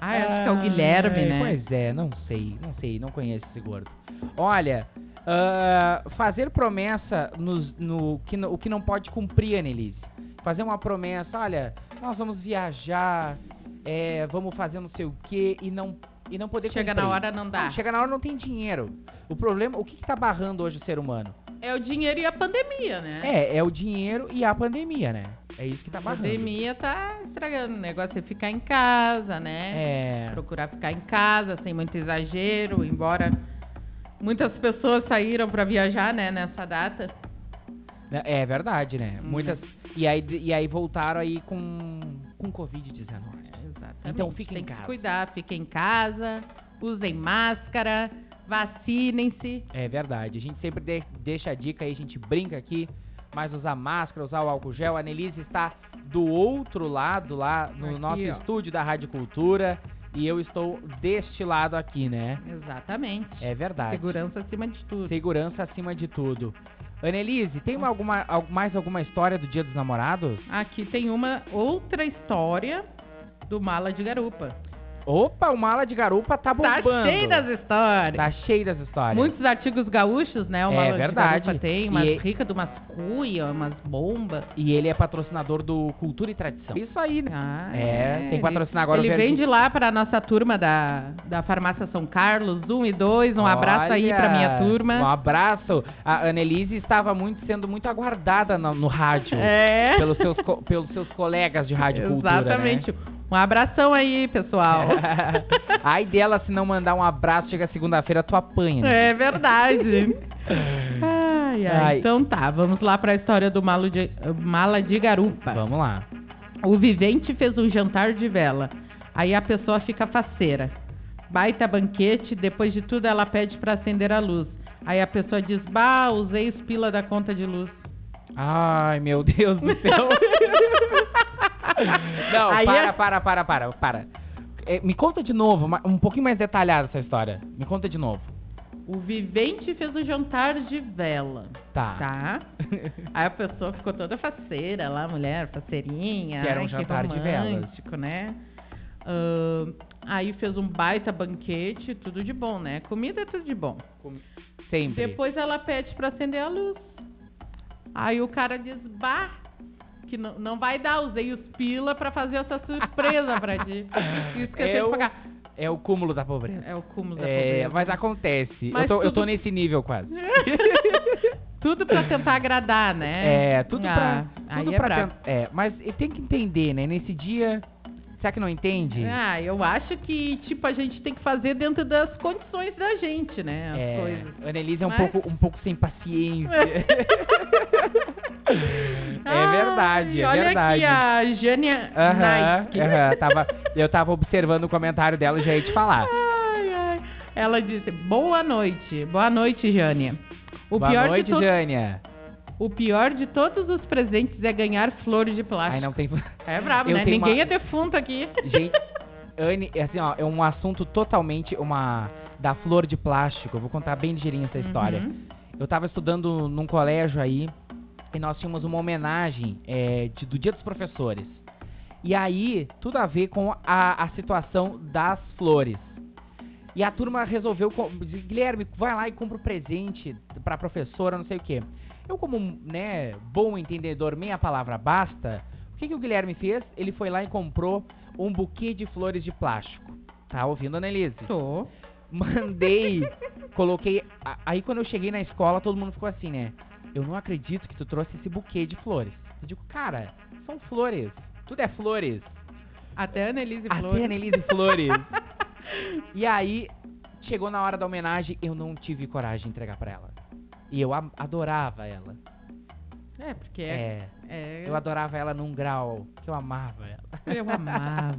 S2: Ah, eu acho que é o Guilherme,
S1: Ai,
S2: né?
S1: Pois é, não sei, não sei, não conheço esse gordo. Olha, ah, fazer promessa nos, no que no- o que não pode cumprir, Annelise. Fazer uma promessa, olha, nós vamos viajar, é, vamos fazer não sei o quê e não e não poder
S2: Chega
S1: cumprir.
S2: na hora, não dá.
S1: Não, chega na hora não tem dinheiro. O problema, o que está barrando hoje o ser humano?
S2: É o dinheiro e a pandemia, né?
S1: É, é o dinheiro e a pandemia, né? É isso que tá
S2: A
S1: barrando.
S2: pandemia tá estragando. O negócio é ficar em casa, né?
S1: É.
S2: Procurar ficar em casa sem muito exagero, embora muitas pessoas saíram para viajar, né, nessa data.
S1: Né, É verdade, né?
S2: Hum.
S1: Muitas. E aí, e aí voltaram aí com, com Covid-19.
S2: Exatamente.
S1: Então fiquem
S2: Tem
S1: em casa.
S2: que cuidar, fiquem em casa, usem máscara, vacinem-se.
S1: É verdade. A gente sempre de- deixa a dica aí, a gente brinca aqui. Mas usar máscara, usar o álcool gel. A Nelise está do outro lado, lá no
S2: Aqui,
S1: nosso
S2: ó.
S1: estúdio da Rádio Cultura. E eu estou deste lado aqui, né?
S2: Exatamente.
S1: É verdade.
S2: Segurança acima de tudo.
S1: Segurança acima de tudo. Annelise, tem uma- alguma, al- mais alguma história do Dia dos Namorados?
S2: Aqui tem uma outra história do mala de garupa.
S1: Opa, o mala de garupa tá
S2: Tá
S1: bombando.
S2: cheio das histórias.
S1: Tá cheio das histórias.
S2: Muitos artigos gaúchos, né? O
S1: É
S2: mala
S1: verdade.
S2: de garupa tem,
S1: E
S2: umas
S1: é-
S2: ricas de umas cuia, umas bombas.
S1: E ele é patrocinador do Cultura e Tradição. Isso aí, né?
S2: Ah,
S1: É, tem que
S2: ele-
S1: patrocinar agora o
S2: Ele
S1: verde.
S2: vem de lá para nossa turma da, da farmácia São Carlos, 1 e 2. Um abraço aí para minha
S1: Um
S2: turma.
S1: abraço. A Annelise estava muito, sendo muito aguardada no, no rádio.
S2: É.
S1: Pelos seus, co- pelos seus colegas de rádio cultura,
S2: Exatamente. Um abração aí, pessoal.
S1: Né? Ai dela, se não mandar um abraço, chega segunda-feira, tu apanha. né?
S2: É verdade. Ai, ai.
S1: Ai.
S2: Então tá, vamos lá para a história do malo de- mala de garupa.
S1: Vamos lá.
S2: O vivente fez um jantar de vela. Aí a pessoa fica faceira. Baita banquete, depois de tudo ela pede para acender a luz. Aí a pessoa diz: "Bah, usei os pila da conta de luz".
S1: Ai, meu Deus do céu. não,
S2: Aí
S1: para,
S2: é-
S1: para, para, para, para. É, me conta de novo, ma- um pouquinho mais detalhada essa história. Me conta de novo.
S2: O vivente fez um jantar de vela.
S1: Tá.
S2: Tá? Aí a pessoa ficou toda faceira lá, mulher, faceirinha.
S1: Que era um
S2: ai,
S1: jantar de velas.
S2: romântico, né? Ahn, aí fez um baita banquete, tudo de bom, né? Comida é tudo de bom.
S1: Sempre.
S2: Depois ela pede pra acender a luz. Aí o cara diz, bah, que não, não vai dar, usei os pila pra fazer essa surpresa pra ti. E esqueceu
S1: Eu-
S2: de pagar.
S1: Ah, É o cúmulo da pobreza.
S2: É o cúmulo da
S1: É,
S2: pobreza.
S1: mas acontece. eu,
S2: Mas
S1: tô, eu tô
S2: tudo-
S1: nesse nível quase.
S2: Tudo pra tentar agradar, né?
S1: É, tudo
S2: ah,
S1: pra.
S2: aí
S1: Tudo
S2: é
S1: pra
S2: brabo.
S1: ten- é, mas e tem que entender, né? Nesse dia. Será que não entende?
S2: Ah, eu acho que, tipo, a gente tem que fazer dentro das condições da gente, né? As
S1: É.
S2: coisas.
S1: a Annelise é um,
S2: Mas-
S1: pouco, um pouco sem paciência. é
S2: Ai,
S1: verdade, é
S2: olha
S1: verdade.
S2: aqui a Jânia
S1: Aham,
S2: Nike.
S1: aham, tava, eu tava observando o comentário dela e já ia te falar.
S2: Ai, ai. Ela disse, boa noite. Boa noite, Jânia. O,
S1: Boa
S2: pior
S1: noite,
S2: de to-
S1: Jânia.
S2: o pior de todos os presentes é ganhar flores de
S1: Ai,
S2: plástico.
S1: não tem.
S2: É brabo,
S1: Eu
S2: né?
S1: tenho uma-
S2: Ninguém é defunto aqui.
S1: Gente, Anne, assim, ó, é um assunto totalmente uma da flor de plástico. Eu vou contar bem ligeirinho essa história.
S2: Uhum.
S1: Eu tava estudando num colégio aí e nós tínhamos uma homenagem é, de- do Dia dos Professores. E aí, tudo a ver com a, a situação das flores. E a turma resolveu, co- dizer, Guilherme, vai lá e compra o presente pra professora, não sei o quê. Eu, como né, bom entendedor, meia palavra basta, o que, que o Guilherme fez? Ele foi lá e comprou um buquê de flores de plástico. Tá ouvindo, Annelise?
S2: Tô.
S1: Mandei, coloquei. a- Aí quando eu cheguei na escola, todo mundo ficou assim, né? Eu não acredito que tu trouxe esse buquê de flores. Eu digo, cara, são flores. Tudo é flores.
S2: Até a Annelise
S1: Até a Annelise Flores. e aí, chegou na hora da homenagem, eu não tive coragem de entregar pra ela. E eu a- adorava ela.
S2: É, porque é. é-
S1: Eu adorava ela num grau que eu amava ela.
S2: eu amava.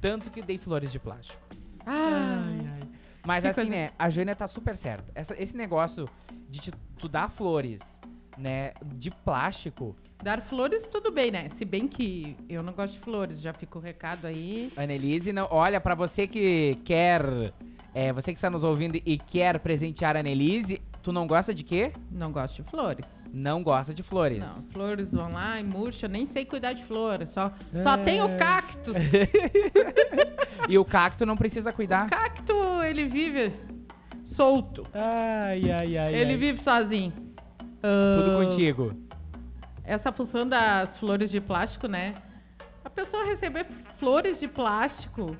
S1: Tanto que dei flores de plástico.
S2: Ai, ai.
S1: Mas
S2: Que
S1: assim,
S2: coisa-
S1: né, a Jânia tá super certa. Essa- esse negócio de te- tu dar flores, né, de plástico,
S2: Dar flores, tudo bem, né? Se bem que eu não gosto de flores, já fica o recado aí.
S1: Annelise, não, olha, pra você que quer, é, você que está nos ouvindo e quer presentear a Annelise, tu não gosta de quê?
S2: Não gosto de flores.
S1: Não gosta de flores.
S2: Não, flores vão lá e murcha, nem sei cuidar de flores. Só, só
S1: É.
S2: tem o cacto.
S1: e o cacto não precisa
S2: O
S1: cuidar.
S2: cacto, ele vive solto.
S1: Ai, ai, ai.
S2: ele vive sozinho.
S1: Tudo
S2: Ah,
S1: contigo.
S2: Essa função das flores de plástico, né? A pessoa receber flores de plástico.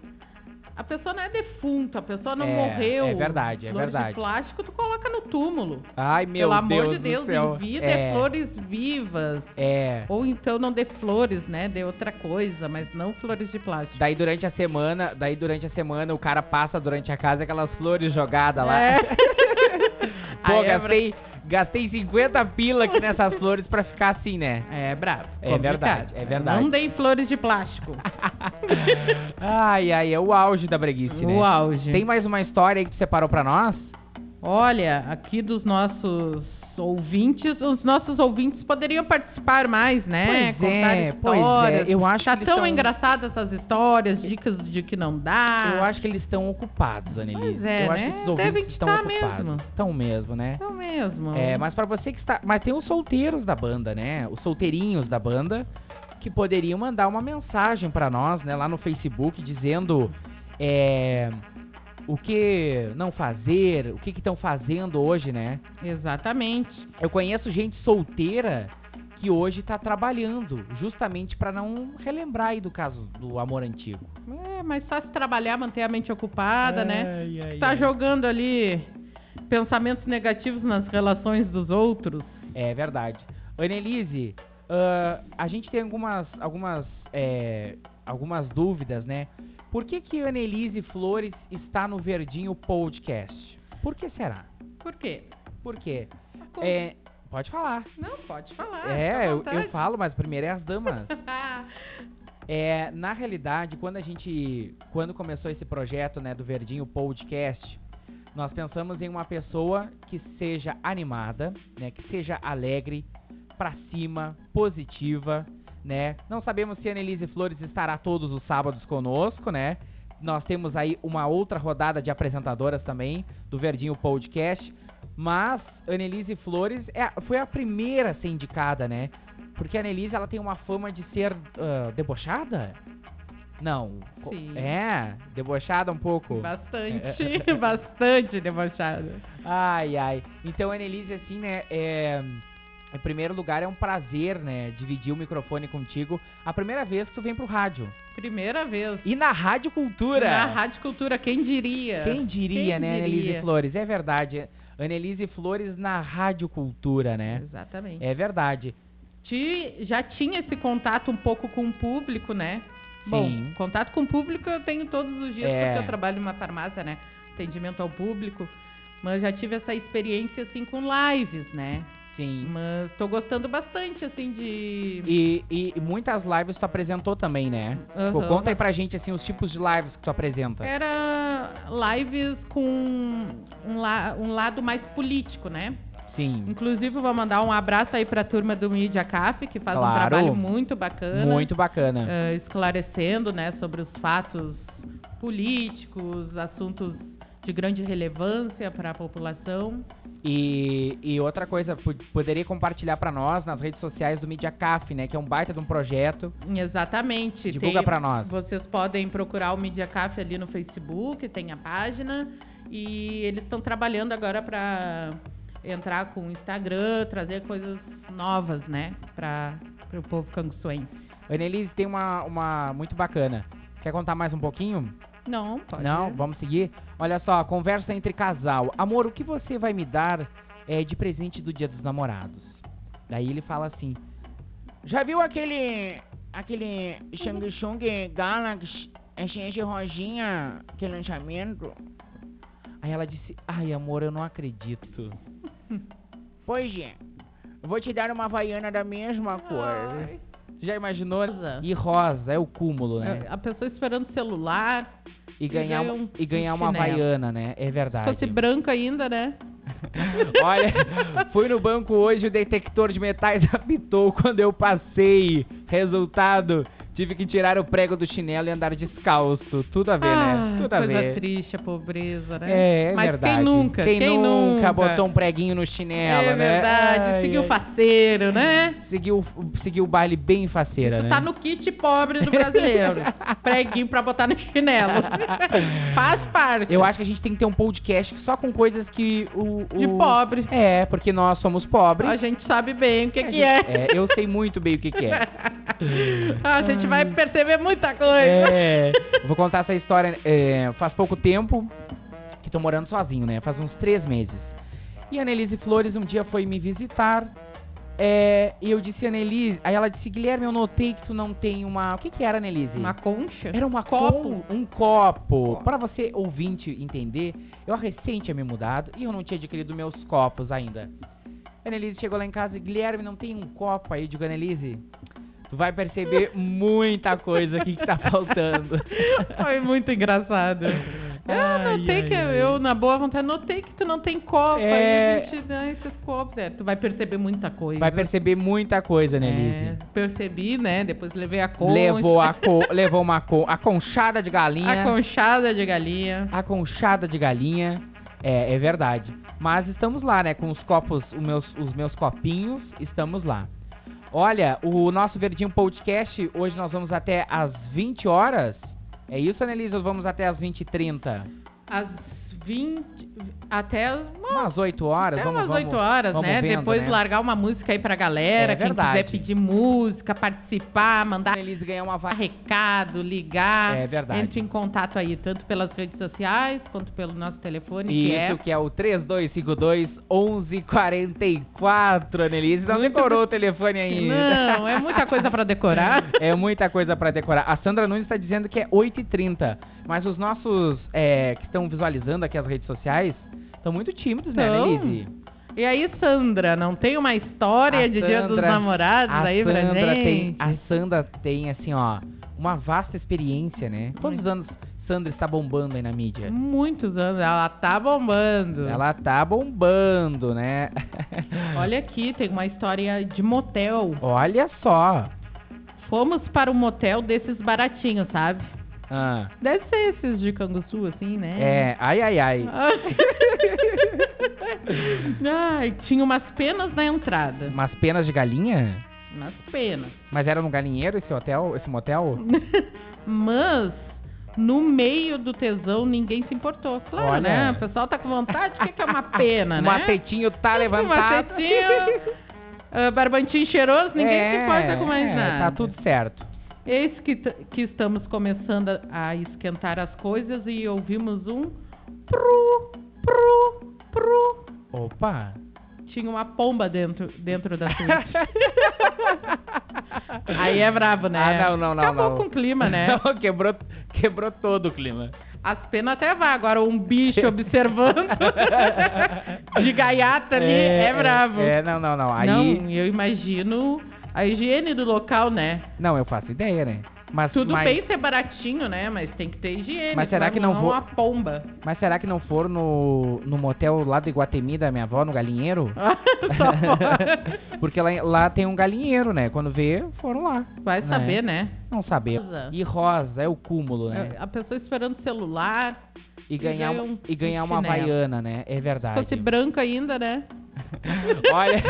S2: A pessoa não é defunta, a pessoa não
S1: É,
S2: morreu.
S1: é verdade, é
S2: flores
S1: verdade.
S2: de plástico tu coloca no túmulo.
S1: Ai, meu
S2: Pelo amor de
S1: do
S2: Deus,
S1: céu.
S2: em vida é.
S1: é,
S2: flores vivas.
S1: É.
S2: Ou então não dê flores, né? Dê outra coisa, mas não flores de plástico.
S1: Daí durante a semana, daí durante a semana o cara passa durante a casa aquelas flores jogadas lá.
S2: É.
S1: Pô,
S2: Aí é bra-
S1: gastei, gastei 50 pila aqui nessas flores pra ficar assim, né?
S2: É bravo.
S1: É
S2: complicado.
S1: verdade, é verdade.
S2: Não dê flores de plástico.
S1: ai, ai, é o auge da breguice, né?
S2: o auge.
S1: Tem mais uma história aí que tu separou pra nós?
S2: Olha, aqui dos nossos ouvintes, os nossos ouvintes poderiam participar mais, né?
S1: Pois
S2: Contar
S1: é, pois é.
S2: histórias.
S1: Eu acho
S2: tá
S1: que eles
S2: tão
S1: são-
S2: engraçadas essas histórias, dicas de que não dá.
S1: Eu acho que eles estão ocupados, Annelise.
S2: Pois é,
S1: Eu acho
S2: né?
S1: que esses ouvintes
S2: Devem
S1: estão
S2: estar
S1: ocupados.
S2: mesmo.
S1: Estão mesmo, né?
S2: Então mesmo.
S1: É, mas pra você que está. Mas tem os solteiros da banda, né? Os solteirinhos da banda que poderiam mandar uma mensagem pra nós, né? Lá no Facebook dizendo é, o que não fazer, o que estão fazendo hoje, né?
S2: Exatamente.
S1: Eu conheço gente solteira que hoje tá trabalhando, justamente pra não relembrar aí do caso do amor antigo.
S2: É, mas só se trabalhar, manter a mente ocupada, né?
S1: Ai, ai,
S2: tá
S1: ai.
S2: jogando ali pensamentos negativos nas relações dos outros.
S1: É verdade. Annelise, ah, a gente tem algumas, algumas, é, algumas dúvidas, né? Por que que Annelise Flores está no Verdinho Podcast? Por que será?
S2: Por quê?
S1: Por quê? É, pode falar.
S2: Não, pode falar. fica
S1: é,
S2: à
S1: eu,
S2: Ah, tá vontade.
S1: eu falo, mas primeiro é as damas. É, na realidade, quando a gente, quando começou esse projeto, né, do Verdinho Podcast, nós pensamos em uma pessoa que seja animada, né, que seja alegre, pra cima, positiva, né? Não sabemos se a Annelise Flores estará todos os sábados conosco, né? Nós temos aí uma outra rodada de apresentadoras também do Verdinho Podcast, mas Annelise Flores é a- foi a primeira a ser indicada, né? Porque a Annelise, ela tem uma fama de ser ah, debochada? Não. co-
S2: Sim.
S1: É, debochada um pouco. é,
S2: Bastante, bastante debochado.
S1: Ai, ai. Então, Annelise, assim, né, é... Em primeiro lugar, é um prazer, né, dividir o microfone contigo. A primeira vez que tu vem pro rádio.
S2: Primeira vez.
S1: E na Rádio Cultura!
S2: Na Rádio Cultura, quem diria?
S1: Quem diria,
S2: Quem
S1: né, Annelise
S2: diria?
S1: Flores? É verdade. Annelise Flores na Rádio Cultura, né?
S2: Exatamente.
S1: É verdade.
S2: Ti- já tinha esse contato um pouco com o público, né?
S1: Sim.
S2: Bom, contato com o público eu tenho todos os dias,
S1: É.
S2: porque eu trabalho numa farmácia, né? Atendimento ao público. Mas já tive essa experiência, assim, com lives, né?
S1: Sim.
S2: Mas tô gostando bastante, assim, de...
S1: E, e muitas lives tu apresentou também, né? Pô,
S2: Aham. É.
S1: conta aí pra gente, assim, os tipos de lives que tu apresenta.
S2: Era lives com um, la- um lado mais político, né?
S1: Sim.
S2: Inclusive, vou mandar um abraço aí pra turma do Media Café, que faz
S1: Claro.
S2: um trabalho muito bacana.
S1: Muito bacana.
S2: eh, esclarecendo, né, sobre os fatos políticos, assuntos de grande relevância para a população.
S1: E, e outra coisa, po- poderia compartilhar pra nós nas redes sociais do Media Caf, né? Que é um baita de um projeto.
S2: Exatamente.
S1: Divulga
S2: Tem-
S1: pra nós.
S2: Vocês podem procurar o Media Café ali no Facebook, tem a página. E eles estão trabalhando agora para entrar com o Instagram, trazer coisas novas, né? Para o povo canguçuense.
S1: Anelise tem uma, uma muito bacana. Quer contar mais um pouquinho?
S2: Não, pode.
S1: Não,
S2: ir.
S1: vamos seguir. Olha só, conversa entre casal. Amor, o que você vai me dar eh, de presente do Dia dos Namorados? Daí ele fala assim:
S3: Já viu aquele. aquele Shang Chung Galaxy, é cheio de rosinha, que lançamento?
S1: Aí ela disse: Ai, amor, eu não acredito.
S3: Pois é, vou te dar uma vaiana da mesma cor.
S2: Ai.
S1: Você já imaginou?
S2: Rosa.
S1: E rosa, é o cúmulo, né?
S2: É, A pessoa esperando o celular.
S1: E ganhar,
S2: ganha
S1: um-
S2: um
S1: e ganhar uma
S2: chinelo.
S1: vaiana, né? É
S2: Se
S1: verdade.
S2: fosse branco ainda, né?
S1: Olha, fui no banco hoje, o detector de metais apitou quando eu passei. Resultado, tive que tirar o prego do chinelo e andar descalço. Tudo a ver,
S2: Ah,
S1: né? Tudo a
S2: coisa
S1: ver.
S2: triste, a pobreza, né?
S1: É, é
S2: Mas
S1: verdade.
S2: quem nunca?
S1: Quem, nunca, botou um
S2: preço
S1: preguinho no chinelo,
S2: É
S1: né?
S2: verdade,
S1: Ai,
S2: seguiu
S1: ai.
S2: o parceiro, né?
S1: Seguiu, seguiu o baile bem faceira,
S2: Isso
S1: né?
S2: tá no kit pobre do brasileiro. Preguinho pra botar no chinelo. Faz parte.
S1: Eu acho que a gente tem que ter um podcast só com coisas que o... o...
S2: De pobre.
S1: É, porque nós somos pobres.
S2: A gente sabe bem o que,
S1: A
S2: que
S1: gente-
S2: é.
S1: Eu sei muito bem o que que é.
S2: A gente vai perceber muita coisa.
S1: É, eu vou contar essa história. é, faz pouco tempo que tô morando sozinho, né? Faz uns três meses. E a Annelise Flores um dia foi me visitar. é, e eu disse, Annelise. Aí ela disse, Guilherme, eu notei que tu não tem uma. O que que era, Annelise?
S2: Uma concha?
S1: É. Era uma
S2: copo.
S1: copo, um copo. Pra você ouvinte entender, eu recente tinha me mudado e eu não tinha adquirido meus copos ainda. A Annelise chegou lá em casa e Guilherme não tem um copo aí, eu digo Annelise. Tu vai perceber muita coisa aqui que tá faltando.
S2: Foi muito engraçado.
S1: Ai,
S2: eu notei
S1: ai,
S2: que
S1: ai.
S2: eu, na boa vontade, notei que tu não tem copo.
S1: É.
S2: Aí a gente dá esses copos. É, tu vai perceber muita coisa.
S1: Vai perceber muita coisa, Annelise.
S2: É, percebi, né? Depois levei a concha.
S1: Levou a co- levou uma co- a conchada de galinha.
S2: a conchada de galinha.
S1: A conchada de galinha. É, é verdade. Mas estamos lá, né? Com os copos, os meus, os meus copinhos, estamos lá. Olha, o nosso Verdinho Podcast, hoje nós vamos até às 20 horas. É isso, Anelisa? Vamos até às 20h30.
S2: Às 20. Até as-
S1: Umas 8 horas,
S2: até
S1: vamos
S2: umas
S1: vamos-
S2: 8 horas,
S1: vamos
S2: né?
S1: vendo,
S2: Depois
S1: né?
S2: largar uma música aí pra galera.
S1: É
S2: quem
S1: verdade.
S2: quiser pedir música, participar, mandar
S1: Anelise ganhar uma vaga.
S2: recado, ligar.
S1: É verdade.
S2: Entre em contato aí, tanto pelas redes sociais quanto pelo nosso telefone,
S1: E
S2: que é.
S1: isso que é o 3252-1144, Anelise. Não decorou o telefone ainda.
S2: Não, é muita coisa pra decorar.
S1: É muita coisa pra decorar. A Sandra Nunes tá dizendo que é 8h30. Mas os nossos é, que estão visualizando aqui as redes sociais estão muito tímidos, né,
S2: Tão.
S1: Nelise?
S2: Então, E aí, Sandra, não tem uma história
S1: A
S2: de Dia dos
S1: Sandra-
S2: Namorados
S1: A
S2: aí pra
S1: Sandra
S2: gente?
S1: tem. A Sandra tem, assim, ó, uma vasta experiência, né? Quantos anos Sandra está bombando aí na mídia?
S2: Muitos anos, ela tá bombando.
S1: Ela tá bombando, né?
S2: Olha aqui, tem uma história de motel.
S1: Olha só.
S2: Fomos para um motel desses baratinhos, sabe?
S1: Ah,
S2: Deve ser esses de Canguçu, assim, né?
S1: é, ai, ai, ai.
S2: Ai, tinha umas penas na entrada.
S1: Umas penas de galinha?
S2: Umas penas.
S1: Mas era no galinheiro esse hotel, esse motel?
S2: Mas, no meio do tesão, ninguém se importou. Claro,
S1: Olha.
S2: né? O pessoal tá com vontade, o que, que é uma pena, né?
S1: Um acetinho tá
S2: Um
S1: levantado.
S2: acetinho, ah, barbantinho cheiroso, ninguém se importa com mais
S1: é,
S2: nada.
S1: Tá tudo certo.
S2: Eis que, t- que estamos começando a- a esquentar as coisas e ouvimos um pru, pru, pru.
S1: Opa.
S2: Tinha uma pomba dentro, dentro da suíte. Aí é brabo, né?
S1: Ah, não, não, não,
S2: Acabou
S1: não.
S2: com o clima, né?
S1: Não, quebrou, quebrou todo o clima.
S2: As penas até vá, agora um bicho observando de gaiata ali é, brabo.
S1: É, não, não, não. Aí.
S2: Não,
S1: Não,
S2: eu imagino a higiene do local, né?
S1: eu faço ideia, né? Mas,
S2: Tudo
S1: mas,
S2: bem ser baratinho, né? Mas tem que ter higiene.
S1: Mas
S2: tu
S1: será
S2: vai
S1: que não
S2: arrumar
S1: vou-
S2: uma pomba.
S1: Mas será que não for no, no motel lá do Iguatemi da minha avó, no galinheiro?
S2: Só pode.
S1: Porque lá, lá tem um galinheiro, né? Quando vê, foram lá.
S2: Vai
S1: Né?
S2: saber, né?
S1: Não saber.
S2: Rosa.
S1: E rosa é o cúmulo, né?
S2: A pessoa esperando o celular.
S1: E ganhar,
S2: ganha
S1: um-
S2: um-
S1: e ganhar
S2: um
S1: uma
S2: chinelo.
S1: baiana, né? É
S2: Se
S1: verdade.
S2: fosse branco ainda, né?
S1: Olha,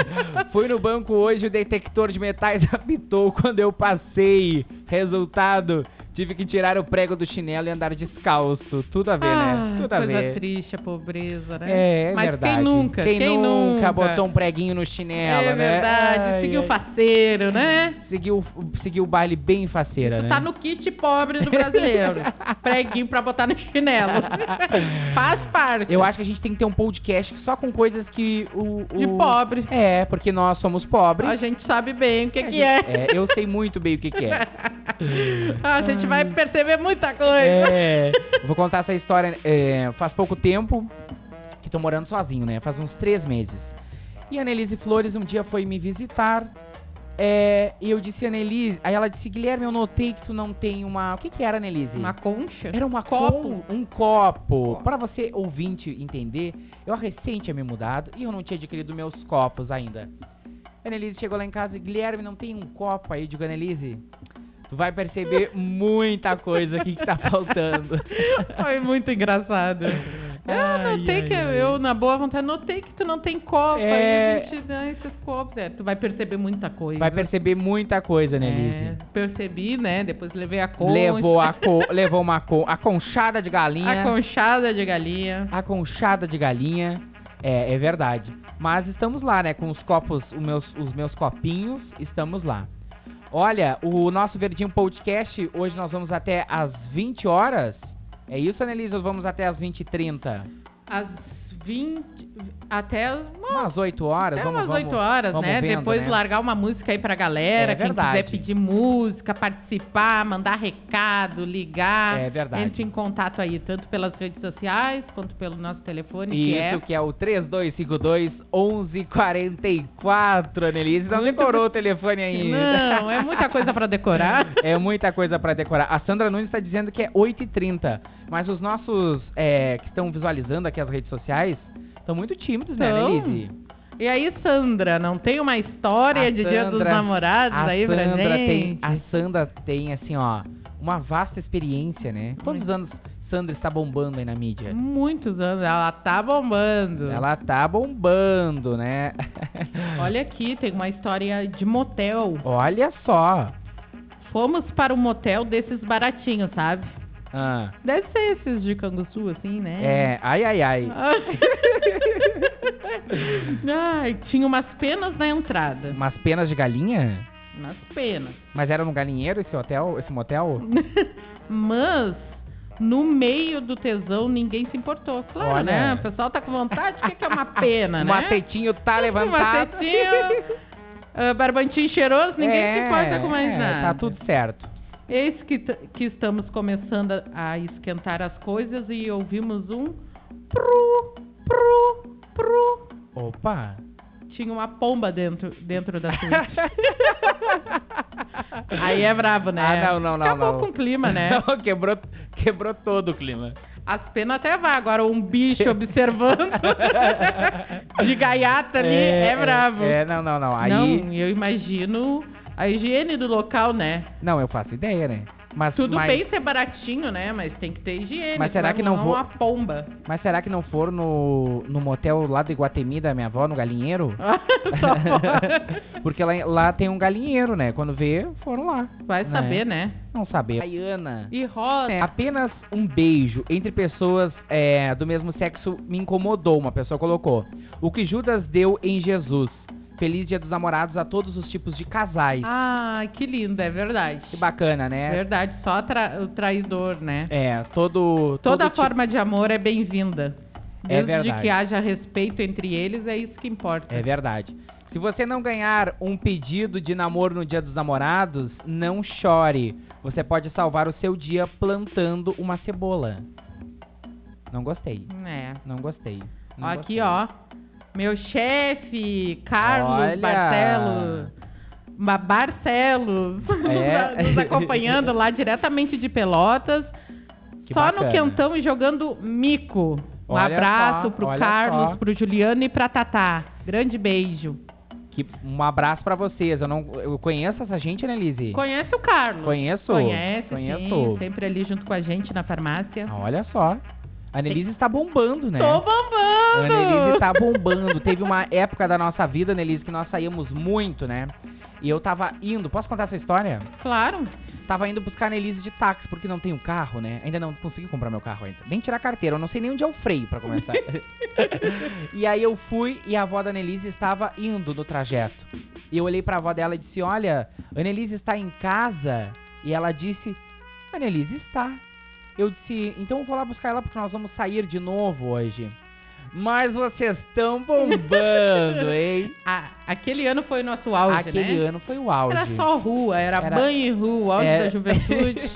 S1: fui no banco hoje, o detector de metais apitou quando eu passei. Resultado, tive que tirar o prego do chinelo e andar descalço. Tudo a ver,
S2: Ah,
S1: né? Tudo a
S2: coisa
S1: ver.
S2: triste, a pobreza, né?
S1: É, é
S2: Mas
S1: verdade.
S2: quem nunca?
S1: Quem, nunca, botou um
S2: preto
S1: preguinho no chinelo,
S2: É
S1: né?
S2: verdade,
S1: Ai,
S2: seguiu
S1: ai.
S2: faceiro, né?
S1: Seguiu, seguiu o baile bem faceira, né?
S2: Tá no kit pobre do brasileiro. Preguinho pra botar no chinelo. Faz parte.
S1: Eu acho que a gente tem que ter um podcast só com coisas que o... o...
S2: De pobre.
S1: É, porque nós somos pobres.
S2: A gente sabe bem o que,
S1: A
S2: que
S1: gente-
S2: é.
S1: Eu sei muito bem o que, que é.
S2: Ah, a gente vai perceber muita coisa.
S1: É, vou contar essa história. é, faz pouco tempo que tô morando sozinho, né? Faz uns três meses. E a Annelise Flores um dia foi me visitar. é, e eu disse, Annelise. Aí ela disse, Guilherme, eu notei que tu não tem uma. O que, que era, Annelise?
S2: Uma concha?
S1: Era uma
S2: copo.
S1: com- um copo. Pra você ouvinte entender, eu recente tinha me mudado e eu não tinha adquirido meus copos ainda. A Annelise chegou lá em casa e Guilherme, não tem um copo aí? Eu digo, Annelise, tu vai perceber muita coisa aqui que tá faltando.
S2: Foi muito engraçado.
S1: É, Ai,
S2: eu notei
S1: ai,
S2: que
S1: ai.
S2: eu, na boa vontade, notei que tu não tem copa.
S1: É.
S2: Aí a gente dá esses copos. É, tu vai perceber muita coisa.
S1: Vai perceber muita coisa, Annelise.
S2: É, percebi, né? Depois levei a concha.
S1: Levou, a co- levou uma co- a conchada de galinha.
S2: a conchada de galinha.
S1: A conchada de galinha, é, é verdade. Mas estamos lá, né? Com os copos, os meus, os meus copinhos, estamos lá. Olha, o nosso Verdinho Podcast, hoje nós vamos até às 20 horas. É isso, Anelisa? Vamos até às 20h30.
S2: Às 20. Até as-
S1: Umas 8 horas,
S2: até
S1: vamos
S2: umas
S1: vamos-
S2: 8 horas,
S1: vamos
S2: né?
S1: vendo,
S2: Depois
S1: né?
S2: largar uma música aí pra galera.
S1: É
S2: quem
S1: verdade.
S2: quiser pedir música, participar, mandar recado, ligar.
S1: É verdade.
S2: Entre em contato aí, tanto pelas redes sociais quanto pelo nosso telefone, que é
S1: Isso que é o 3252 1144, Anelise. Não decorou Então o telefone ainda.
S2: Não, é muita coisa pra decorar.
S1: É muita coisa pra decorar. A Sandra Nunes tá dizendo que é 8h30. Mas os nossos é, que estão visualizando aqui as redes sociais estão muito tímidos, né,
S2: Tão.
S1: Nelise?
S2: E aí, Sandra, não tem uma história
S1: A
S2: é de Dia dos
S1: Sandra-
S2: Namorados
S1: A
S2: aí pra
S1: Sandra
S2: gente?
S1: tem. A Sandra tem, assim, ó, uma vasta experiência, né? Quantos anos Sandra está bombando aí na mídia?
S2: Muitos anos, ela tá bombando.
S1: Ela tá bombando, né?
S2: Olha aqui, tem uma história de motel.
S1: Olha só.
S2: Fomos para um motel desses baratinhos, sabe?
S1: Ah,
S2: Deve ser esses de Canguçu, assim, né?
S1: é, ai, ai, ai.
S2: Ai. Ai, tinha umas penas na entrada.
S1: Umas penas de galinha?
S2: Umas penas.
S1: Mas era no galinheiro esse hotel, esse motel?
S2: Mas, no meio do tesão, ninguém se importou. Claro,
S1: Olha.
S2: né? O pessoal tá com vontade, o que, que é uma pena,
S1: O
S2: né?
S1: macetinho tá
S2: Um
S1: levantado.
S2: macetinho, ah, barbantinho cheiroso, ninguém se importa com mais
S1: é,
S2: nada.
S1: Tá tudo certo.
S2: Eis que, t- que estamos começando a, a esquentar as coisas e ouvimos um pru, pru, pru.
S1: Opa!
S2: Tinha uma pomba dentro, dentro da suíte. Aí é brabo, né?
S1: Ah, não, não, não,
S2: Acabou
S1: não.
S2: com o clima, né?
S1: Não, quebrou, quebrou todo o clima.
S2: As penas até vai, agora um bicho observando de gaiata ali é, bravo.
S1: É, não, não, não. Aí.
S2: Não,
S1: Não,
S2: eu imagino a higiene do local, né?
S1: eu faço ideia, né? Mas,
S2: Tudo
S1: mas,
S2: bem ser baratinho, né? Mas tem que ter higiene.
S1: Mas será
S2: senão
S1: que não
S2: é
S1: vou-
S2: uma pomba.
S1: Mas será que não foram no, no motel lá do Iguatemi da minha avó, no galinheiro?
S2: Só pode.
S1: Porque lá, lá tem um galinheiro, né? Quando vê, foram lá.
S2: Vai
S1: Né?
S2: saber, né?
S1: Não saber. Baiana.
S2: E rola.
S1: É, Apenas um beijo entre pessoas é, do mesmo sexo me incomodou, uma pessoa colocou. O que Judas deu em Jesus. Feliz dia dos namorados a todos os tipos de
S2: Ah.
S1: casais.
S2: Ai, que lindo, é verdade.
S1: Que bacana, né?
S2: Verdade, só tra- o traidor, né?
S1: É, todo. tipo-
S2: Toda
S1: todo
S2: forma de amor é bem-vinda.
S1: É
S2: Desde
S1: verdade.
S2: que haja respeito entre eles, é isso que importa.
S1: É verdade. Se você não ganhar um pedido de namoro no dia dos namorados, não chore. Você pode salvar o seu dia plantando uma cebola. Não gostei.
S2: É.
S1: Não gostei. não
S2: Aqui,
S1: gostei.
S2: ó. Meu chefe, Carlos
S1: Olha.
S2: Barcelo. Ba- Barcelos.
S1: É.
S2: nos acompanhando lá diretamente de Pelotas.
S1: Que
S2: só
S1: bacana.
S2: no quentão e jogando mico. Um
S1: Olha
S2: abraço
S1: só,
S2: pro
S1: olha
S2: Carlos,
S1: só.
S2: pro Juliano e pra Tatá. Grande beijo.
S1: Que, um abraço pra vocês. Eu não eu conheço essa gente, né, Lizzy?
S2: Conhece o Carlos?
S1: Conheço.
S2: Conhece, sim,
S1: Conheço.
S2: sempre ali junto com a gente na farmácia.
S1: Olha só. A Annelise está bombando, né?
S2: Tô
S1: A
S2: bombando!
S1: Annelise tá bombando. Teve uma época da nossa vida, Annelise, que nós saíamos muito, né? E eu tava indo, posso contar essa história?
S2: Claro.
S1: Tava indo buscar a Annelise de táxi, porque não tenho carro, né? Ainda não consegui comprar meu carro ainda. Nem tirar a carteira, eu não sei nem onde é o freio pra começar. e aí eu fui e a avó da Annelise estava indo no trajeto. E eu olhei pra avó dela e disse: Olha, a Annelise está em casa. E ela disse: "A Annelise está. Eu disse: Então eu vou lá buscar ela porque nós vamos sair de novo hoje. Mas vocês estão bombando, hein?
S2: A- aquele ano foi o nosso auge,
S1: Aquele
S2: né?
S1: ano foi o auge.
S2: Era só rua, era,
S1: Era- É.
S2: banho e rua, auge
S1: Era-
S2: da juventude.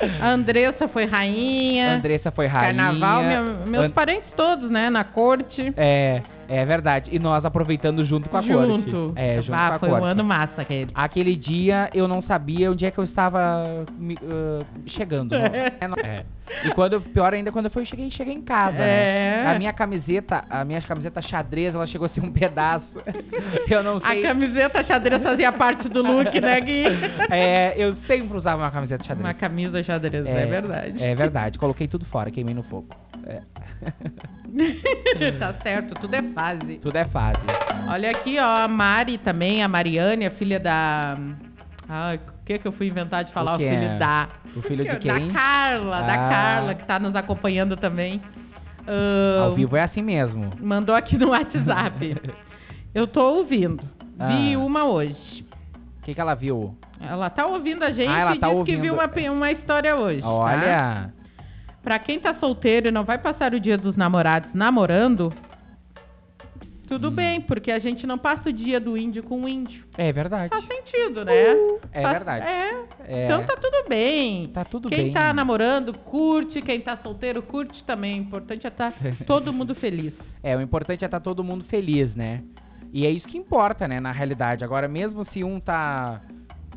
S2: Ah, A Andressa foi rainha.
S1: Andressa foi rainha.
S2: Carnaval, meu- meus
S1: An-
S2: parentes todos, né? Na corte.
S1: É, é verdade. E nós aproveitando junto com a corte.
S2: junto.
S1: É, junto
S2: ah,
S1: com a
S2: foi
S1: corte.
S2: um ano massa aquele.
S1: Aquele dia eu não sabia onde é que eu estava me, ah, chegando.
S2: É.
S1: É, não- é. E quando, pior ainda, quando eu fui, cheguei, cheguei em casa,
S2: É.
S1: né? A minha camiseta, a minha camiseta xadrez, ela chegou a ser um pedaço. Eu não
S2: A
S1: sei.
S2: camiseta xadrez fazia parte do look, né, Gui?
S1: É, eu sempre usava uma camiseta xadrez.
S2: Uma camisa xadrez, é, verdade.
S1: É verdade. Coloquei tudo fora, queimei no fogo. É.
S2: tá certo, tudo é fase.
S1: Tudo é fase.
S2: Olha aqui, ó, a Mari também, a Mariane, a filha da... Ai, o que que eu fui inventar de falar?
S1: O
S2: O,
S1: que
S2: filho
S1: é?
S2: da...
S1: O filho de
S2: Da
S1: quem?
S2: Carla, da
S1: Ah.
S2: Carla, que tá nos acompanhando também. Ahn,
S1: Ao vivo é assim mesmo.
S2: Mandou aqui no WhatsApp. Eu tô ouvindo. Vi
S1: Ah.
S2: uma hoje.
S1: O que, que ela viu?
S2: Ela tá ouvindo a gente
S1: Ah, ela
S2: e
S1: tá
S2: diz
S1: ouvindo.
S2: que viu uma, pe- uma história hoje. tá?
S1: Olha.
S2: Pra quem tá solteiro e não vai passar o dia dos namorados namorando,
S1: Hum.
S2: tudo bem, porque a gente não passa o dia do índio com o índio.
S1: É verdade.
S2: Faz sentido, né?
S1: É
S2: Faz-
S1: verdade.
S2: É.
S1: É.
S2: Então tá tudo bem.
S1: Tá tudo
S2: quem
S1: bem.
S2: tá namorando, curte. Quem tá solteiro, curte também. O importante é tá todo mundo feliz.
S1: É, o importante é estar todo mundo feliz, né? E é isso que importa, né, na realidade. Agora, mesmo se um tá.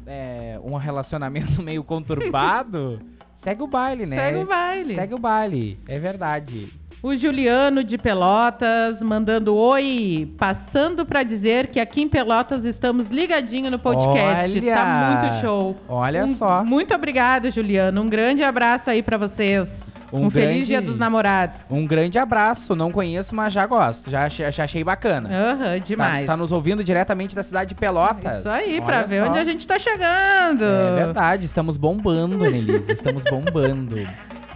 S1: É, um relacionamento meio conturbado, segue o baile, né?
S2: Segue o baile.
S1: Segue o baile, é verdade.
S2: O Juliano de Pelotas mandando oi, passando pra dizer que aqui em Pelotas estamos ligadinho no podcast.
S1: Olha!
S2: Tá muito show.
S1: Olha
S2: Um-
S1: só.
S2: Muito obrigada, Juliano. Um grande abraço aí pra vocês.
S1: Um grande-
S2: feliz Dia dos Namorados.
S1: Um grande abraço, não conheço, mas já gosto. Já, achei- já achei bacana.
S2: Aham,
S1: Tá-
S2: demais.
S1: Tá, nos ouvindo diretamente da cidade de Pelotas.
S2: Isso aí,
S1: É Olha
S2: pra ver
S1: só.
S2: onde a gente tá chegando.
S1: É verdade, estamos bombando, Nelise. Estamos bombando.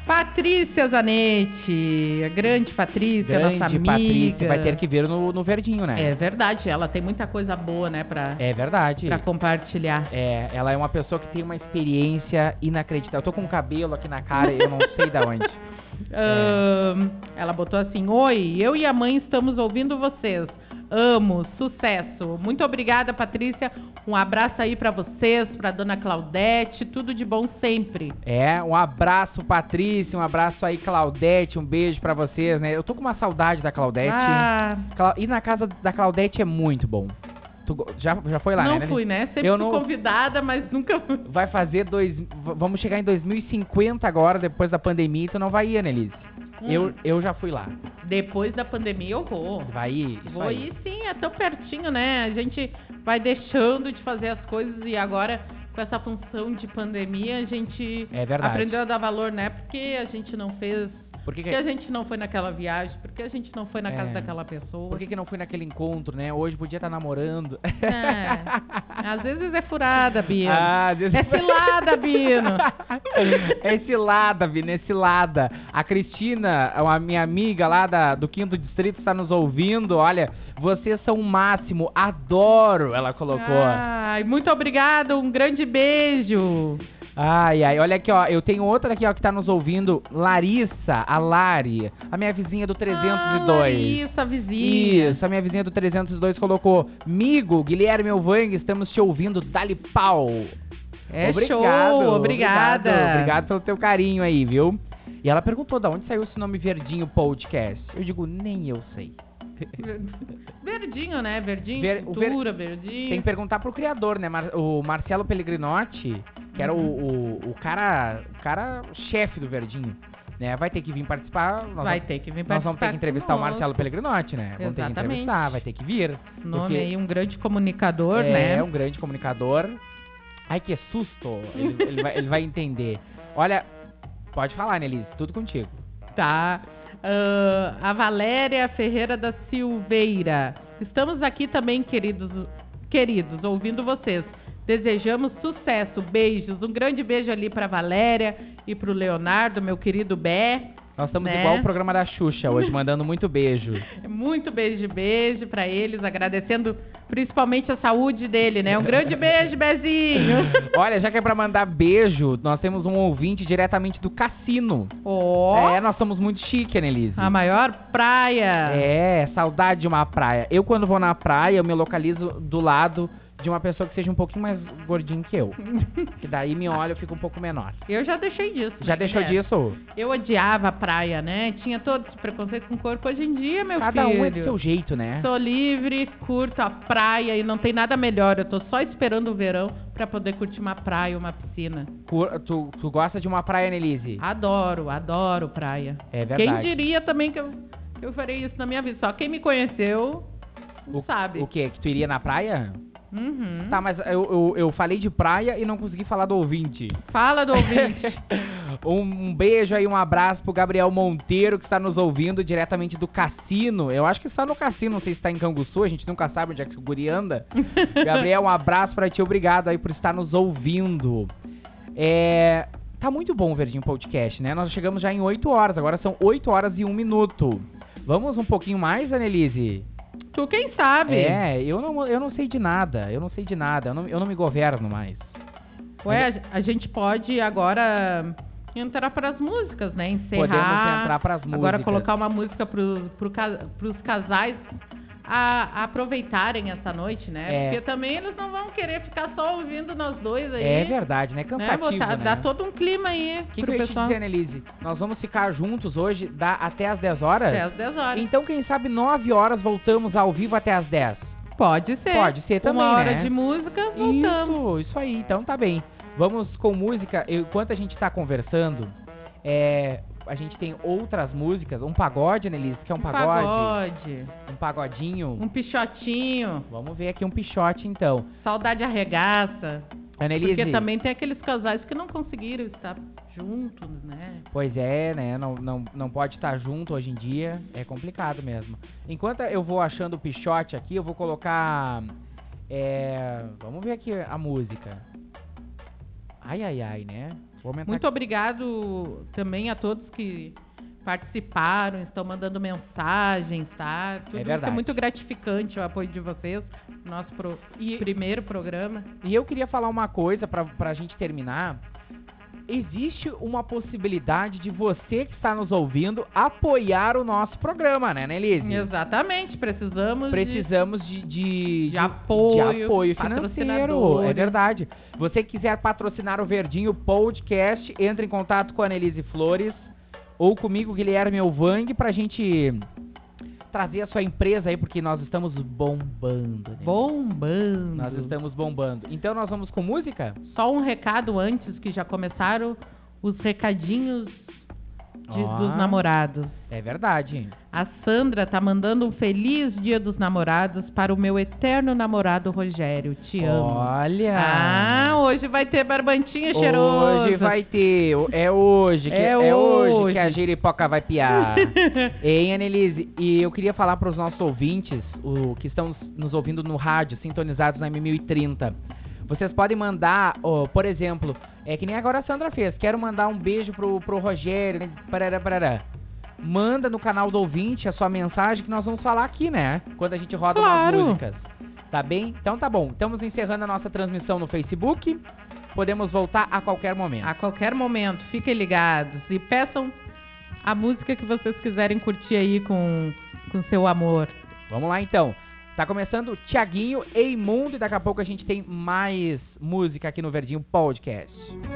S2: Patrícia Zanetti, a grande Patrícia,
S1: Grande
S2: é nossa amiga.
S1: Patrícia, vai ter que ver no, no verdinho, né?
S2: É verdade, ela tem muita coisa boa, né, pra,
S1: É verdade.
S2: pra compartilhar.
S1: É, ela é uma pessoa que tem uma experiência inacreditável. Eu tô com um cabelo aqui na cara e eu não sei da onde. é.
S2: Ahn, ela botou assim: Oi, eu e a mãe estamos ouvindo vocês. Amo, sucesso. Muito obrigada, Patrícia. Um abraço aí pra vocês, pra dona Claudete, tudo de bom sempre.
S1: É, um abraço, Patrícia, um abraço aí, Claudete, um beijo pra vocês, né? Eu tô com uma saudade da Claudete.
S2: Ah,
S1: Cla- Ir na casa da Claudete é muito bom. Tu go- já, já foi lá,
S2: não
S1: né?
S2: fui, né? Sempre
S1: Eu
S2: fui
S1: não-
S2: convidada, mas nunca fui.
S1: Vai fazer dois. v- Vamos chegar em 2050 agora, depois da pandemia, e tu não vai ir, Annelise.
S2: Hum.
S1: Eu, eu já fui lá.
S2: Depois da pandemia, eu vou.
S1: Vai ir? Isso
S2: Vou
S1: aí.
S2: ir sim, é tão pertinho, né? A gente vai deixando de fazer as coisas e agora, com essa função de pandemia, a gente
S1: É verdade.
S2: aprendeu a dar valor, né? Porque a gente não fez.
S1: Por que, que-
S2: Porque a gente não foi naquela viagem, porque a gente não foi na casa
S1: É.
S2: daquela pessoa.
S1: por que, que não fui naquele encontro, né? Hoje podia estar namorando.
S2: É. Às vezes é furada, Bino.
S1: Ah, às vezes-
S2: É cilada, Bino.
S1: é cilada, Vini, é cilada. A Cristina, a minha amiga lá da- do Quinto Distrito, está nos ouvindo. Olha, vocês são o máximo. Adoro, ela colocou.
S2: Ai, muito obrigada, um grande beijo.
S1: Ai, ai, olha aqui, ó. Eu tenho outra aqui, ó, que tá nos ouvindo. Larissa, a Lari, a minha vizinha do 302.
S2: Ah, isso, a vizinha.
S1: Isso, a minha vizinha do 302 colocou. Migo, Guilherme Elvang, estamos te ouvindo, dali pau.
S2: É show, obrigada.
S1: Obrigado, obrigado pelo teu carinho aí, viu? E ela perguntou de onde saiu esse nome Verdinho Podcast. Eu digo, nem eu sei.
S2: Verdinho, né? Verdinho,
S1: Ver- o ver-
S2: cultura, verdinho.
S1: Tem que perguntar pro criador, né? Mar- o Marcelo Pellegrinotti, que era o, o, o cara, o cara chefe do Verdinho, né? Vai ter que vir participar. Nós
S2: Vai
S1: vamos,
S2: ter que vir
S1: nós vamos ter
S2: participar
S1: que entrevistar o
S2: conosco.
S1: Marcelo Pellegrinotti, né? Vamos ter que
S2: Exatamente.
S1: entrevistar, vai ter que vir.
S2: Nome
S1: porque-
S2: aí, um grande comunicador,
S1: é,
S2: né?
S1: É um grande comunicador. Ai, que susto! Ele, ele vai, ele vai entender. Olha, pode falar, Nelise, né, tudo contigo.
S2: tá? Ah, a Valéria Ferreira da Silveira. Estamos aqui também, queridos, queridos, ouvindo vocês. Desejamos sucesso, beijos. Um grande beijo ali para Valéria e para o Leonardo, meu querido Bé.
S1: Nós estamos
S2: Né?
S1: igual o programa da Xuxa hoje, mandando muito beijo.
S2: Muito beijo, de beijo para eles, agradecendo principalmente a saúde dele, né? Um grande beijo, Bezinho.
S1: Olha, já que é pra mandar beijo, nós temos um ouvinte diretamente do cassino.
S2: Ó, Ah,
S1: É, nós somos muito chique, Annelise.
S2: a maior praia.
S1: É, saudade de uma praia. Eu, quando vou na praia, eu me localizo do lado de uma pessoa que seja um pouquinho mais gordinho que eu. que daí me olha, eu fico um pouco menor.
S2: Eu já deixei disso.
S1: Já deixou
S2: né?
S1: disso?
S2: Eu odiava a praia, né? Tinha todo esse preconceito com o corpo. Hoje em dia, meu
S1: Cada
S2: filho.
S1: um é do seu jeito, né?
S2: Sou livre, curto a praia e não tem nada melhor. Eu tô só esperando o verão pra poder curtir uma praia, uma piscina.
S1: Cur- Tu, tu gosta de uma praia, Annelise?
S2: Ah, Adoro, adoro praia.
S1: É verdade.
S2: Quem diria também que eu, que eu farei isso na minha vida? Só quem me conheceu
S1: O-
S2: sabe.
S1: O quê? Que tu iria na praia?
S2: Uhum.
S1: Tá, mas eu, eu, eu falei de praia e não consegui falar do ouvinte.
S2: Fala do ouvinte.
S1: um, um beijo aí, um abraço pro Gabriel Monteiro, que está nos ouvindo diretamente do cassino. Eu acho que está no cassino, não sei se está em Canguçu, a gente nunca sabe onde é que o guri anda. Gabriel, um abraço pra ti, obrigado aí por estar nos ouvindo. É... Tá muito bom o Verdinho Podcast, né? Nós chegamos já em 8 horas, agora são 8 horas e 1 minuto. Vamos um pouquinho mais, Annelise?
S2: tu quem sabe?
S1: É, eu não, eu não sei de nada, eu não sei de nada, eu não, eu não me governo mais.
S2: Ué, a, a gente pode agora entrar pras músicas, né? Encerrar.
S1: Podemos entrar pras músicas.
S2: Agora colocar uma música pro, pro, ca- pros casais a, a aproveitarem essa noite, né?
S1: É.
S2: Porque também eles não vão querer ficar só ouvindo nós dois aí.
S1: É verdade, né? Cansativo,
S2: né? Botar-
S1: né?
S2: Dá todo um clima aí
S1: O que, que
S2: pro
S1: eu ia te
S2: pessoal.
S1: dizer, Annelise? Nós vamos ficar juntos hoje da, até às 10 horas?
S2: Até às 10 horas.
S1: Então, quem sabe 9 horas voltamos ao vivo até às 10.
S2: Pode ser.
S1: Pode ser também,
S2: Uma hora
S1: né?
S2: de música, voltamos.
S1: Isso, isso aí. Então tá bem. Vamos com música. Eu- Enquanto a gente tá conversando, é, a gente tem outras músicas. Um pagode, Annelise, que é um, pagode.
S2: pagode.
S1: Um pagodinho.
S2: Um pichotinho.
S1: Vamos ver aqui um pichote, então.
S2: Saudade arregaça.
S1: Annelise...
S2: Porque também tem aqueles casais que não conseguiram estar juntos, né?
S1: Pois é, né? Não, não, não pode estar junto hoje em dia. É complicado mesmo. Enquanto eu vou achando o pichote aqui, eu vou colocar. É. Vamos ver aqui a música. Ai, ai, ai, né? Vou aumentar
S2: Muito obrigado também a todos que participaram, estão mandando mensagens, tá? Tudo isso é
S1: verdade.
S2: muito gratificante o apoio de vocês, nosso pro- primeiro programa.
S1: E eu queria falar uma coisa pra, pra gente terminar. Existe uma possibilidade de você que está nos ouvindo apoiar o nosso programa, né, Nelise?
S2: Exatamente, precisamos de...
S1: Precisamos de, de,
S2: de apoio,
S1: de apoio financeiro.
S2: patrocinadores.
S1: É verdade. Você que quiser patrocinar o Verdinho Podcast, entre em contato com a Annelise Flores ou comigo, Guilherme Elvang, pra gente trazer a sua empresa aí, porque nós estamos bombando. né?
S2: bombando.
S1: Nós estamos bombando. Então nós vamos com música?
S2: Só um recado antes que já começaram os recadinhos de-
S1: Ó.
S2: dos namorados.
S1: É verdade.
S2: A Sandra tá mandando um feliz dia dos namorados para o meu eterno namorado Rogério. Te amo.
S1: Olha!
S2: Ah, hoje vai ter barbantinha cheirosa.
S1: Hoje vai ter, é hoje, que,
S2: É
S1: é, hoje,
S2: hoje.
S1: que a giripoca vai piar. Hein, Annelise? E eu queria falar para os nossos ouvintes, o, que estão nos ouvindo no rádio, sintonizados na M1030. Vocês podem mandar, ó, por exemplo, é que nem agora a Sandra fez, quero mandar um beijo pro, pro Rogério, né, parará, parará. Manda no canal do ouvinte a sua mensagem que nós vamos falar aqui, né? Quando a gente roda
S2: Claro.
S1: umas músicas. Tá bem? Então tá bom. Estamos encerrando a nossa transmissão no Facebook. Podemos voltar a qualquer momento.
S2: A qualquer momento, fiquem ligados e peçam a música que vocês quiserem curtir aí com, com seu amor.
S1: Vamos lá então. Tá começando o Tiaguinho Eimundo e daqui a pouco a gente tem mais música aqui no Verdinho Podcast.